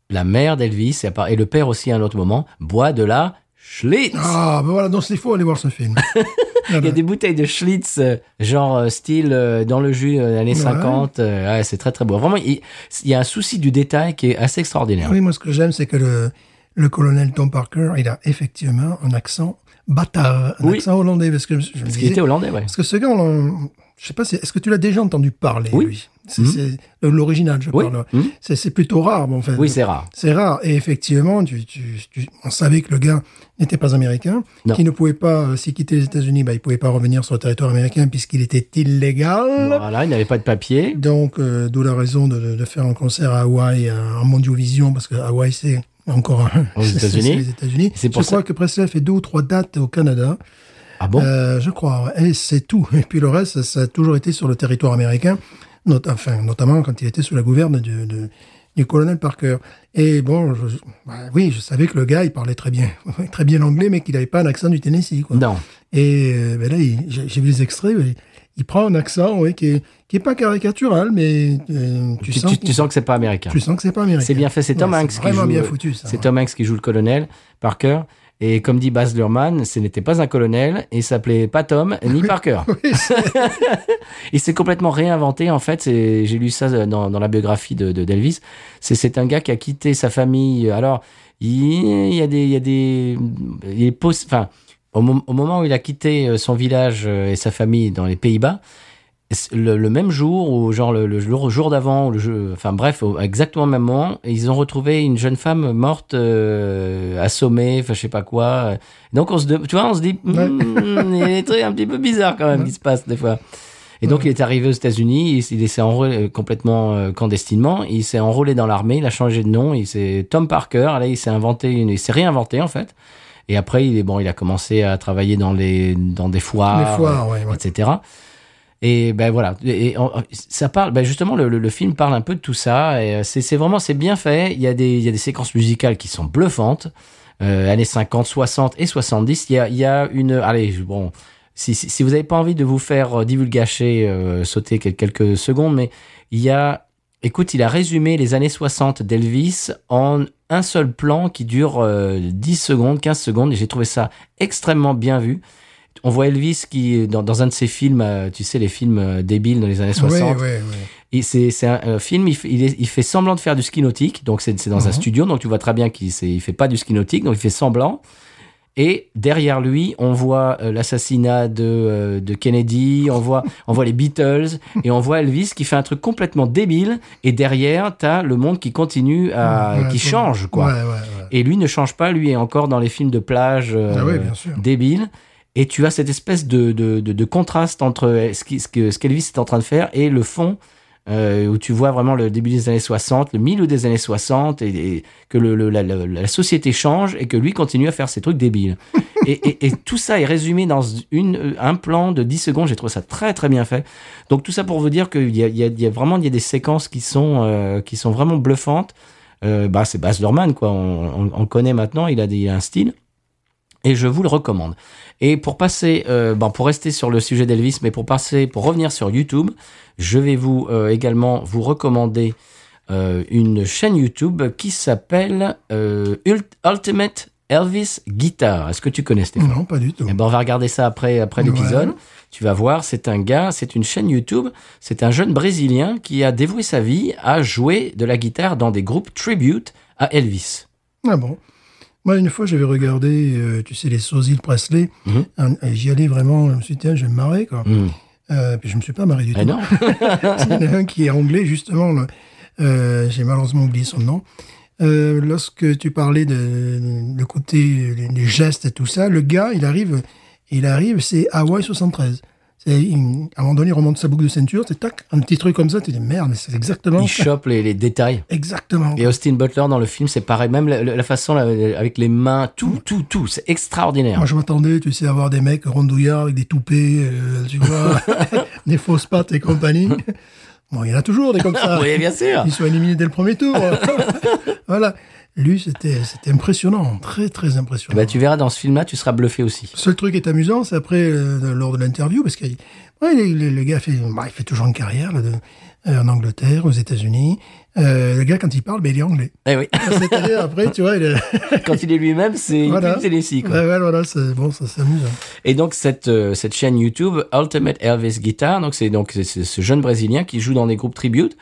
S1: la mère d'Elvis, et appara- et le père aussi à un autre moment, boit de la Schlitz.
S2: Ah, ben voilà, donc il faut aller voir ce film.
S1: Il y a des bouteilles de Schlitz, euh, genre euh, style euh, dans le jus euh, années
S2: Ouais.
S1: 50. euh, ouais, c'est très très beau. Vraiment, il, il y a un souci du détail qui est assez extraordinaire.
S2: Oui, moi, ce que j'aime, c'est que le, le colonel Tom Parker, il a effectivement un accent bâtard, un
S1: Oui.
S2: accent hollandais, parce que je, me- je me
S1: Parce qu'il
S2: disais-
S1: était hollandais, ouais.
S2: parce que ce gars, on l'en- je sais pas, si- est-ce que tu l'as déjà entendu parler,
S1: Oui. Hmm.
S2: lui C'est c'est euh, l'original, je
S1: Oui.
S2: parle.
S1: Mhm.
S2: C'est c'est plutôt rare, bon, en fait.
S1: Oui, c'est rare.
S2: C'est rare. Et effectivement, tu, tu- tu- on savait que le gars n'était pas américain,
S1: Non.
S2: qu'il ne pouvait pas, euh, s'il quittait les États-Unis, bah, il pouvait pas revenir sur le territoire américain puisqu'il était illégal.
S1: Voilà, il n'avait pas de papier.
S2: Donc, euh, d'où la raison de, de- de faire un concert à Hawaï, euh, en Mondiovision, parce que Hawaï, c'est encore un-
S1: Aux
S2: c'est- c'est-
S1: États-Unis.
S2: c'est les États-Unis.
S1: C'est
S2: Je
S1: pour ça-
S2: crois que Presley a fait deux ou trois dates au Canada.
S1: Ah bon
S2: Euh, je crois. Et c'est tout. Et puis le reste, ça a toujours été sur le territoire américain, not- enfin, notamment quand il était sous la gouverne du, de- du colonel Parker. Et bon, je- bah oui, je savais que le gars, il parlait très bien, très bien l'anglais, mais qu'il n'avait pas l'accent du Tennessee. Quoi.
S1: Non.
S2: Et euh, ben là, il- j'ai j'ai vu les extraits. oui. Il prend un accent oui, qui est qui est pas caricatural, mais euh, tu,
S1: Tu,
S2: sens,
S1: tu- tu sens que c'est pas américain.
S2: tu sens que c'est pas américain.
S1: C'est bien fait. C'est Tom
S2: Ouais,
S1: Hanks
S2: c'est
S1: qui
S2: vraiment
S1: joue. euh,
S2: bien foutu, ça.
S1: C'est Tom Hanks qui joue le colonel Parker. Et comme dit Baz Luhrmann, ce n'était pas un colonel. et Il s'appelait pas Tom ni Parker.
S2: Oui, c'est-
S1: Il s'est complètement réinventé en fait. c'est- J'ai lu ça dans, dans la biographie de, de Delvis. C'est c'est un gars qui a quitté sa famille. Alors il, il y a des, il y a des, il est poss- enfin au, mom- au moment où il a quitté euh, son village euh, et sa famille dans les Pays-Bas, c'est le, le même jour ou genre le, le jour jour d'avant, ou le jeu, enfin bref, au- exactement au même moment, ils ont retrouvé une jeune femme morte euh, assommée, enfin je sais pas quoi. Donc on se, de- tu vois, on se dit,
S2: Ouais.
S1: Hmm, il y a des trucs un petit peu bizarres quand même
S2: Ouais.
S1: qui se passent des fois. Et donc,
S2: Ouais.
S1: il est arrivé aux États-Unis, il, s- il s'est enrôlé euh, complètement euh, clandestinement, il s'est enrôlé dans l'armée, il a changé de nom, il s'est Tom Parker, là, il s'est inventé, une- il s'est réinventé, en fait. Et après, il est bon, il a commencé à travailler dans les, dans des foires,
S2: les foires, ouais,
S1: euh,
S2: ouais.
S1: etc. Et ben voilà, et, et en- ça parle, ben justement, le, le- le film parle un peu de tout ça, et euh, c'est c'est vraiment, c'est bien fait, il y, a des, il y a des séquences musicales qui sont bluffantes, euh, années 50, 60 et 70, il y a, il y a une... Allez, je- bon, si, si, si vous n'avez pas envie de vous faire euh, divulgacher, euh, sauter quel- quelques secondes, mais il y a... Écoute, il a résumé les années 60 d'Elvis en un seul plan qui dure euh, 10 secondes, 15 secondes, et j'ai trouvé ça extrêmement bien vu. On voit Elvis qui, dans, dans un de ses films, euh, tu sais, les films euh, débiles dans les années 60,
S2: Ouais, ouais, ouais.
S1: et c'est c'est un, un film, il, fait- il est- il fait semblant de faire du ski nautique, donc c'est c'est dans un
S2: Mhm.
S1: studio, donc tu vois très bien qu'il c'est- il fait pas du ski nautique, donc il fait semblant. Et derrière lui, on voit euh, l'assassinat de, euh, de Kennedy, on voit, on voit les Beatles, et on voit Elvis qui fait un truc complètement débile, et derrière, t'as le monde qui continue à,
S2: Ouais,
S1: Ah, qui
S2: ouais.
S1: change, quoi.
S2: Ouais, ouais, ouais.
S1: Et lui ne change pas, lui est encore dans les films de plage euh,
S2: Ah oui, bien sûr.
S1: débiles. Et tu as cette espèce de, de, de- de contraste entre ce qu'Elvis ce que, ce qu'Elvis est en train de faire et le fond, euh, où tu vois vraiment le début des années 60, le milieu des années 60, et, et que le, le- la, la- la société change et que lui continue à faire ses trucs débiles. et, et- et tout ça est résumé dans une, un plan de 10 secondes. J'ai trouvé ça très très bien fait. Donc tout ça pour vous dire qu'il y a, il y a- il y a vraiment il y a des séquences qui sont, euh, qui sont vraiment bluffantes. Euh, bah, c'est Baz Luhrmann, quoi. On, on- on le connaît maintenant, il a, des, il a un style. Et je vous le recommande. Et pour passer, euh, bon, pour rester sur le sujet d'Elvis, mais pour passer, pour revenir sur YouTube, je vais vous euh, également vous recommander euh, une chaîne YouTube qui s'appelle euh, Ult- Ultimate Elvis Guitar. Est-ce que tu connais, Stéphane
S2: Non, pas du tout.
S1: eh ben, on va regarder ça après, après l'épisode.
S2: Ouais.
S1: Tu vas voir, c'est un gars, c'est une chaîne YouTube, c'est un jeune Brésilien qui a dévoué sa vie à jouer de la guitare dans des groupes tribute à Elvis.
S2: Ah bon Moi, une fois, j'avais regardé, euh, tu sais, les sosies de Presley.
S1: Mhm.
S2: Un- et J'y allais vraiment, je me suis dit, tiens, je vais me marrer, quoi. Euh, puis je me suis pas marré du
S1: Eh
S2: tout.
S1: non
S2: Il y en a un qui est anglais, justement. là. Euh, J'ai malheureusement oublié son nom. Euh, lorsque tu parlais de le côté des des gestes et tout ça, le gars, il arrive, il arrive, c'est Hawaii 73. C'est une- à un moment donné, il remonte sa boucle de ceinture, c'est tac, un petit truc comme ça, tu dis merde, mais c'est exactement
S1: Il
S2: ça.
S1: chope les, les détails.
S2: Exactement.
S1: Et Austin Butler dans le film, c'est pareil. Même la, la- la façon la- la- avec les mains, tout, tout, tout, c'est extraordinaire.
S2: Moi, je m'attendais, tu sais, à avoir des mecs rondouillards avec des toupets, euh, tu vois, des fausses pattes et compagnie. Bon, il y en a toujours des comme ça.
S1: Oui, bien sûr.
S2: Ils sont éliminés dès le premier tour. voilà. Lui, c'était c'était impressionnant, très très impressionnant.
S1: Bah, tu verras dans ce film-là, tu seras bluffé aussi.
S2: Le seul truc qui est amusant, c'est après, euh, lors de l'interview, parce que ouais, le, le- le gars fait, bah, il fait toujours une carrière là, de- euh, en Angleterre, aux États-Unis. Euh, le gars, quand il parle, ben, il est anglais.
S1: Eh oui.
S2: C'est-à-dire, après, tu vois, il est.
S1: Quand il est lui-même, c'est il
S2: Voilà.
S1: pue le Tennessee, quoi.
S2: Ouais, ouais, voilà, c'est bon, ça c'est amusant.
S1: Et donc cette euh, cette chaîne YouTube Ultimate Elvis Guitar, donc c'est donc c'est- c'est ce jeune brésilien qui joue dans des groupes tribute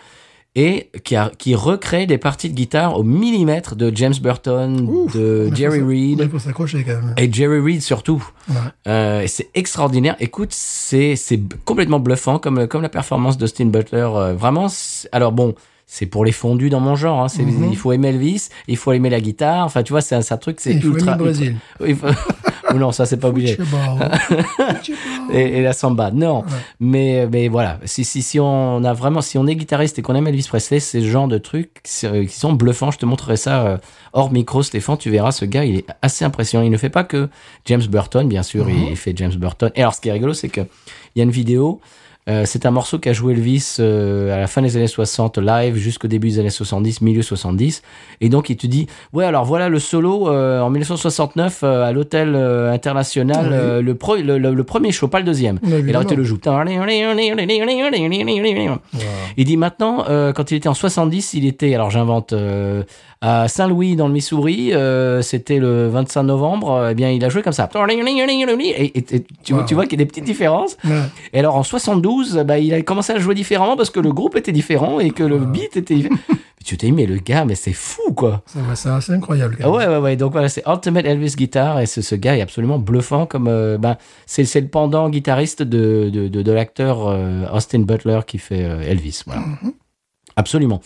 S1: et qui a qui recrée des parties de guitare au millimètre de James Burton,
S2: Ouf,
S1: de
S2: Mais
S1: Jerry
S2: faut s'a- mais
S1: Reed
S2: faut s'accrocher quand même.
S1: et Jerry Reed surtout.
S2: Ouais.
S1: Euh, et c'est extraordinaire. Écoute, c'est c'est b- complètement bluffant comme comme la performance d'Austin Butler. euh, vraiment. c'est- Alors bon. C'est pour les fondus dans mon genre. Hein. c'est-
S2: Mhm.
S1: Il faut aimer Elvis, il faut aimer la guitare. Enfin, tu vois, c'est un, c'est un truc, c'est
S2: Il faut aimer
S1: ultra,
S2: le Brésil.
S1: oui, faut- Ou non, ça, c'est pas obligé.
S2: Futebol.
S1: Et, et la samba, non. Mais, mais voilà, si, si, si on a vraiment, si on est guitariste et qu'on aime Elvis Presley, c'est le genre de trucs qui se- qui sont bluffants. Je te montrerai ça euh, hors micro, Stéphane. Tu verras, ce gars, il est assez impressionnant. Il ne fait pas que James Burton, bien sûr. il, fait James Burton. Et alors, ce qui est rigolo, c'est que il y a une vidéo. euh, c'est un morceau qu'a joué Elvis euh, à la fin des années 60 live jusqu'au début des années 70, milieu 70. Et donc il te dit ouais alors voilà le solo euh, en 1969 euh, à l'hôtel euh, international
S2: Oui.
S1: euh, le, pro- le, le- le premier show, pas le deuxième.
S2: Mais
S1: Et là, tu
S2: évidemment.
S1: le joues. Il dit maintenant, euh, quand il était en 70, il était, alors j'invente, euh, à Saint-Louis dans le Missouri, euh, c'était le 25 novembre, euh, eh bien il a joué comme ça. Et, et- et tu, vois-
S2: Wow.
S1: tu vois qu'il y a des petites différences.
S2: Ouais.
S1: Et alors en 72, bah, il a commencé à jouer différemment parce que le groupe était différent et que le beat était différent. Mais tu t'es dit, mais le gars, mais c'est fou quoi.
S2: C'est vrai, ça, c'est incroyable. quand
S1: Ah
S2: même.
S1: Ouais, ouais, ouais. Donc voilà, c'est Ultimate Elvis Guitar et ce, ce gars est absolument bluffant. Comme euh, ben, c'est c'est le pendant guitariste de, de, de, de l'acteur euh, Austin Butler qui fait euh, Elvis. Voilà.
S2: Mhm.
S1: Absolument.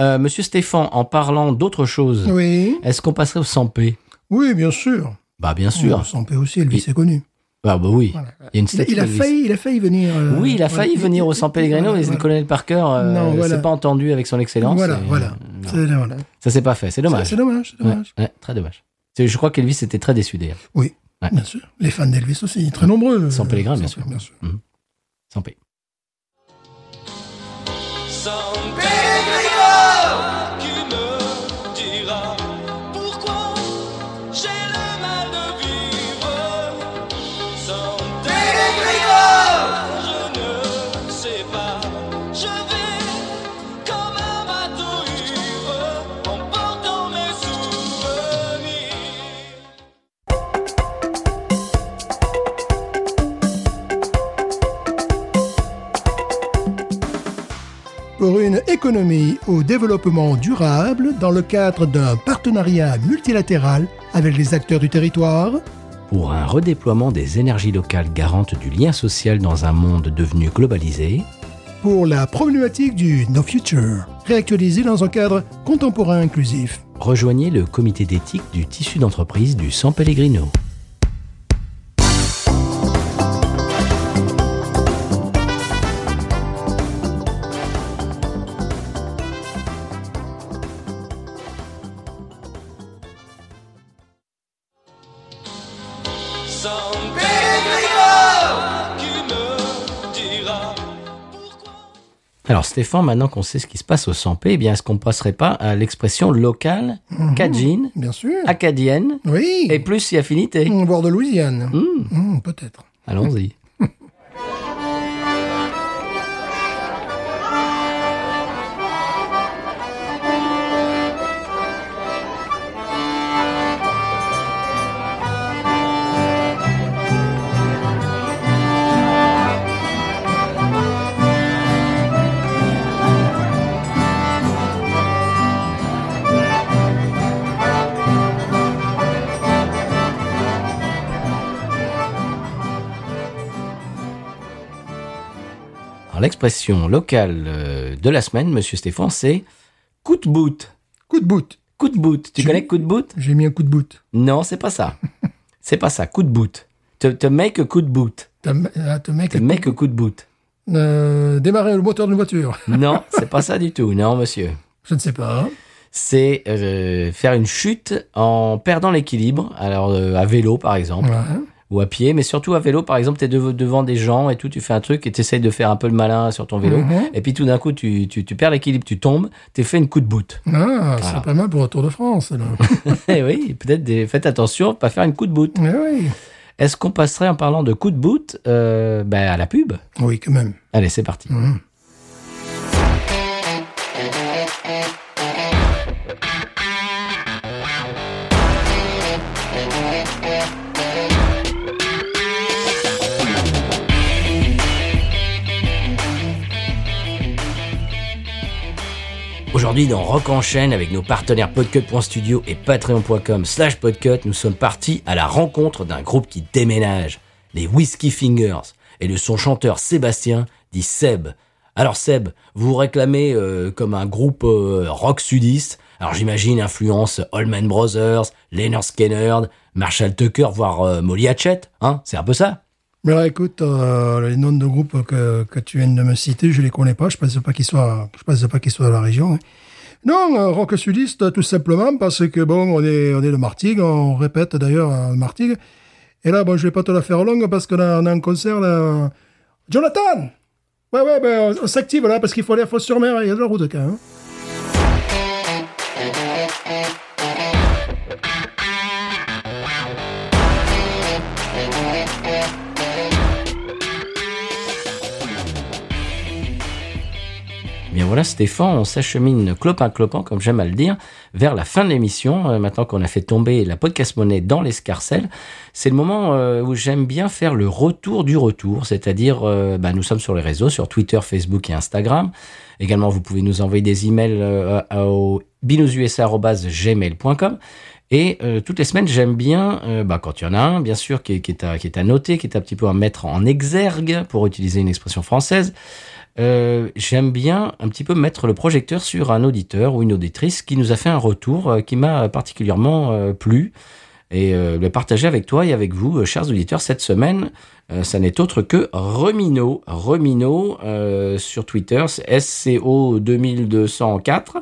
S1: Euh, Monsieur Stéphane, en parlant d'autre chose,
S2: Oui.
S1: est-ce qu'on passerait au 100p
S2: Oui, bien sûr.
S1: Bah bien sûr.
S2: On s'en paie aussi, Elvis
S1: Il-
S2: est connu.
S1: Bah, bah oui.
S2: Oh. Voilà.
S1: Il y a une
S2: Il,
S1: statue
S2: il a
S1: d'Elvis.
S2: failli, il a failli venir. euh,
S1: Oui, il a
S2: ouais.
S1: failli venir au San Pellegrino,
S2: Voilà,
S1: mais le
S2: voilà.
S1: colonel Parker euh,
S2: Non,
S1: s'est
S2: voilà.
S1: pas entendu avec son excellence.
S2: Voilà,
S1: et-
S2: voilà. C'est voilà.
S1: Ça s'est pas fait, c'est
S2: C'est- C'est
S1: dommage.
S2: dommage, c'est
S1: Ouais,
S2: dommage.
S1: ouais, très dommage. C'est- Je crois qu'Elvis était très déçu d'ailleurs.
S2: Oui,
S1: Ouais.
S2: bien sûr. Les fans d'Elvis aussi, très nombreux.
S1: Sans
S2: euh,
S1: Pellegrin,
S2: sans-
S1: bien sûr. 100p.
S3: Sans Pellegrino, qui me dira pourquoi j'ai le mal de vivre. Sans Pellegrino, je ne sais pas. Je vais comme un bateau ivre, emportant mes souvenirs.
S2: Pour une économie au développement durable dans le cadre d'un partenariat multilatéral avec les acteurs du territoire,
S1: Pour un redéploiement des énergies locales garantes du lien social dans un monde devenu globalisé,
S2: pour la problématique du No Future, réactualisé dans un cadre contemporain inclusif.
S1: rejoignez le comité d'éthique du tissu d'entreprise du San Pellegrino.
S3: Sans Pellegrino, qui me dira pourquoi.
S1: Alors Stéphane, maintenant qu'on sait ce qui se passe au 100p, eh bien est-ce qu'on passerait pas à l'expression locale,
S2: Mhm.
S1: cadjine,
S2: Bien sûr.
S1: acadienne
S2: Oui.
S1: Ah. et plus si affinité
S2: Voire de Louisiane.
S1: Hmm,
S2: Hum, Peut-être.
S1: Allons-y. Alors l'expression locale euh, de la semaine, Monsieur Stéphane, c'est coup de boot.
S2: Coup de boot.
S1: Coup de boot. Tu
S2: Tu-
S1: connais coup de boot
S2: J'ai mis un coup de boot.
S1: Non, c'est pas ça. c'est pas ça. Coup de boot. Te, te make a coup de boot.
S2: T'as ah, t'as mec,
S1: Te make a coup de boot.
S2: euh, démarrer le moteur d'une voiture.
S1: Non, c'est pas ça du tout. Non, monsieur.
S2: Je ne sais pas. hein.
S1: C'est euh, faire une chute en perdant l'équilibre. Alors, euh, à vélo, par exemple,
S2: Ouais. Ah,
S1: ou à pied, mais surtout à vélo, par exemple, t'es de- devant des gens et tout, tu fais un truc et t'essayes de faire un peu le malin sur ton vélo.
S2: Mhm.
S1: Et puis tout d'un coup, tu, tu, tu perds l'équilibre, tu tombes, t'es fait une coup de boot.
S2: Ah, c'est pas mal pour le Tour de France. alors.
S1: Eh oui, peut-être des... faites attention, pas faire une coup de boot.
S2: Eh oui.
S1: Est-ce qu'on passerait en parlant de coup de boot euh, ben, à la pub
S2: oui, quand même.
S1: Allez, c'est parti.
S2: Mhm.
S1: Aujourd'hui, dans Rock en chaîne, avec nos partenaires podcut.studio et patreon.com slash podcut, nous sommes partis à la rencontre d'un groupe qui déménage, les Whiskey Fingers, et de son chanteur Sébastien, dit Seb. Alors Seb, vous vous réclamez euh, comme un groupe euh, rock sudiste, alors j'imagine influence Allman Brothers, Leonard Skinner, Marshall Tucker, voire euh, Molly Hatchet, hein, c'est un peu ça.
S2: Mais alors, écoute, euh, les noms de groupes que, que tu viens de me citer, je les connais pas. Je pense pas qu'ils soient, je pense pas qu'ils soient à la région. hein. Non, euh, rock sudiste, tout simplement parce que bon, on est, on est de Martigues. On répète d'ailleurs à Martigues. Et là, bon, je vais pas te la faire longue parce qu'on a, on a un concert là. Jonathan. Ouais, ouais, ben, on, on s'active là parce qu'il faut aller à Fosse-sur-Mer. Il y a de la route quand même. hein.
S1: Eh Bien voilà, Stéphane, on s'achemine clopin clopin, comme j'aime à le dire, vers la fin de l'émission. Euh, maintenant qu'on a fait tomber la podcast monnaie dans l'escarcelle, c'est le moment euh, où j'aime bien faire le retour du retour, c'est-à-dire euh, bah, nous sommes sur les réseaux, sur Twitter, Facebook et Instagram. Également, vous pouvez nous envoyer des emails euh, à- au binoususa@gmail.com. Et euh, toutes les semaines, j'aime bien, euh, bah, quand il y en a un, bien sûr, qui, est- qui est à, qui est à noter, qui est un petit peu à mettre en exergue, pour utiliser une expression française, euh, j'aime bien un petit peu mettre le projecteur sur un auditeur ou une auditrice qui nous a fait un retour euh, qui m'a particulièrement euh, plu et euh, le partager avec toi et avec vous, euh, chers auditeurs, cette semaine. euh, ça n'est autre que Remino. Remino euh, sur Twitter, c'est SCO2204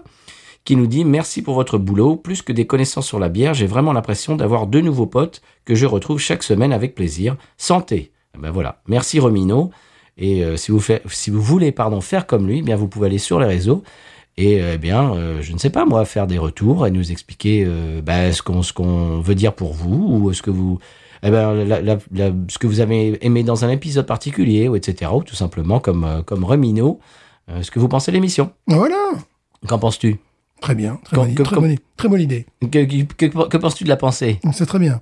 S1: qui nous dit merci pour votre boulot, plus que des connaissances sur la bière, j'ai vraiment l'impression d'avoir deux nouveaux potes que je retrouve chaque semaine avec plaisir. Santé. Eh Ben voilà, merci Romino. Et euh, si vous fait- si vous voulez pardon faire comme lui, eh bien vous pouvez aller sur les réseaux et euh, eh bien euh, je ne sais pas moi faire des retours et nous expliquer euh, ben, ce qu'on ce qu'on veut dire pour vous ou ce que vous eh ben, la- la- la- ce que vous avez aimé dans un épisode particulier ou etc ou tout simplement comme euh, comme Romino euh, ce que vous pensez de l'émission.
S2: Voilà.
S1: Qu'en penses-tu
S2: Très bien. Très,
S1: Quand-
S2: bonne,
S1: que-
S2: très,
S1: comme-
S2: bonne- très bonne idée.
S1: que, que- que- que penses-tu de la pensée
S2: C'est très bien.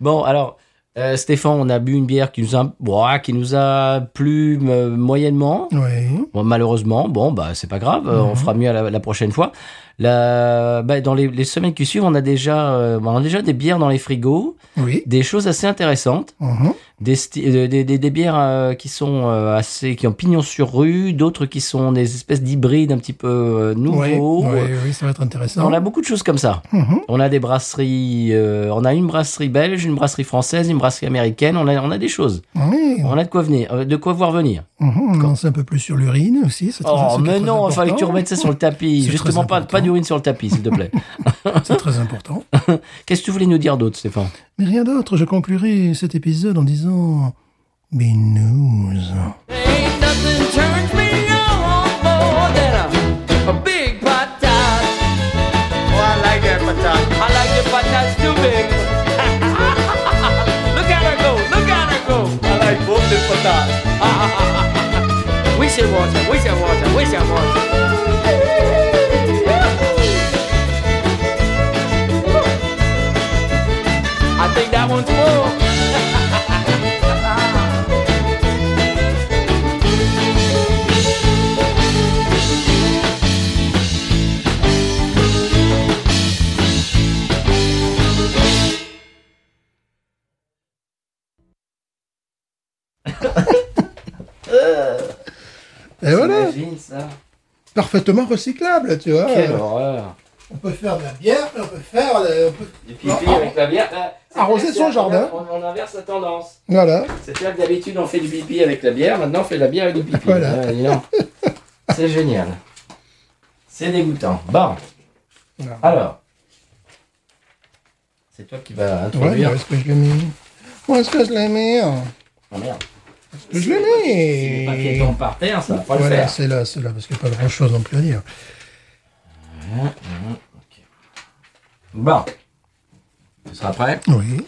S1: Bon, alors, euh, Stéphane, on a bu une bière qui nous a, Ouah, qui nous a plu euh, moyennement.
S2: Oui.
S1: Bon, malheureusement, bon, bah, c'est pas grave, euh, on fera mieux à la, la prochaine fois. La- bah, dans les, les semaines qui suivent, on a, déjà, euh, bah, on a déjà des bières dans les frigos,
S2: Oui.
S1: des choses assez intéressantes,
S2: Mhm.
S1: des, sti- euh, des, des- des bières euh, qui sont euh, assez, qui ont pignon sur rue, d'autres qui sont des espèces d'hybrides un petit peu euh,
S2: Oui,
S1: nouveaux.
S2: oui, oui, ça va être intéressant.
S1: On a beaucoup de choses comme ça.
S2: Mhm.
S1: On a des brasseries, euh, on a une brasserie belge, une brasserie française, une brasserie américaine. On a, on a des choses.
S2: Oui,
S1: On a de quoi venir, euh, de quoi voir venir.
S2: Mhm, on lance un peu plus sur l'urine aussi. c'est très-
S1: Oh,
S2: c'est
S1: mais
S2: très
S1: non, il fallait que tu
S2: important.
S1: remettes ça sur le tapis.
S2: C'est très
S1: Justement, pas,
S2: important.
S1: pas d'urine sur le tapis, s'il te plaît.
S2: C'est très important.
S1: Qu'est-ce que tu voulais nous dire d'autre, Stéphane
S2: Mais rien d'autre, je conclurai cet épisode en disant... hein. Binouze.
S3: Ain't nothing turns me on more than a, a big patat. Oh, I like that patat. I like the patats too big. look at her go, look at her go. I like both the patats. we should watch her, we should watch her, we should watch her. I think that one's full.
S2: Et voilà,
S1: ça.
S2: parfaitement recyclable, tu vois.
S1: Euh. horreur.
S2: On peut faire de la bière, on peut faire... de- on peut-
S1: Et puis,
S2: puis, puis, avec
S1: la bière.
S2: c'est Arroser clair, Bah, son c'est- jardin.
S1: On, inverse la tendance.
S2: Voilà.
S1: C'est-à-dire que d'habitude, on fait du pipi avec la bière. Maintenant, on fait de la bière avec du pipi.
S2: Voilà.
S1: Ouais, dis donc. C'est génial. C'est dégoûtant. Bon.
S2: Voilà.
S1: Alors. C'est toi qui vas
S2: Ouais,
S1: introduire.
S2: où est-ce que je l'ai mis Où est-ce que je l'ai mis hein
S1: Oh, merde.
S2: Je l'ai
S1: Le papier
S2: mis
S1: tombe par terre, ça va pas le
S2: Voilà,
S1: faire.
S2: c'est là, c'est là, parce qu'il n'y a pas grand-chose non plus à dire.
S1: Bon. Tu seras prêt
S2: Oui.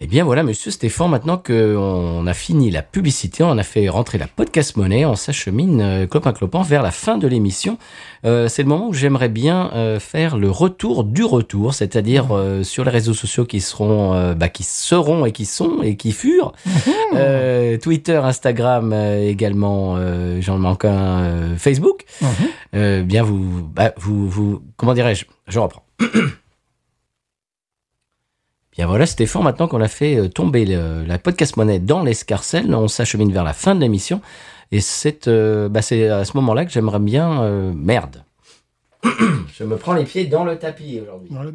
S1: Eh bien voilà, monsieur Stéphane, maintenant qu'on a fini la publicité, on a fait rentrer la podcast monnaie, on s'achemine euh, clopin clopin vers la fin de l'émission. Euh, c'est le moment où j'aimerais bien euh, faire le retour du retour, c'est-à-dire euh, sur les réseaux sociaux qui seront, euh, bah, qui seront et qui sont et qui furent. Euh, Twitter, Instagram euh, également, euh, j'en manque un, euh, Facebook.
S2: Mhm.
S1: Euh, bien vous, bah, vous, vous, comment dirais-je Je reprends. Bien voilà, Stéphane, maintenant qu'on a fait euh, tomber le- la podcast monnaie dans l'escarcelle, on s'achemine vers la fin de l'émission. Et c'est euh, bah, c'est à ce moment-là que j'aimerais bien... euh, merde. Je me prends les pieds dans le tapis aujourd'hui.
S2: Dans le-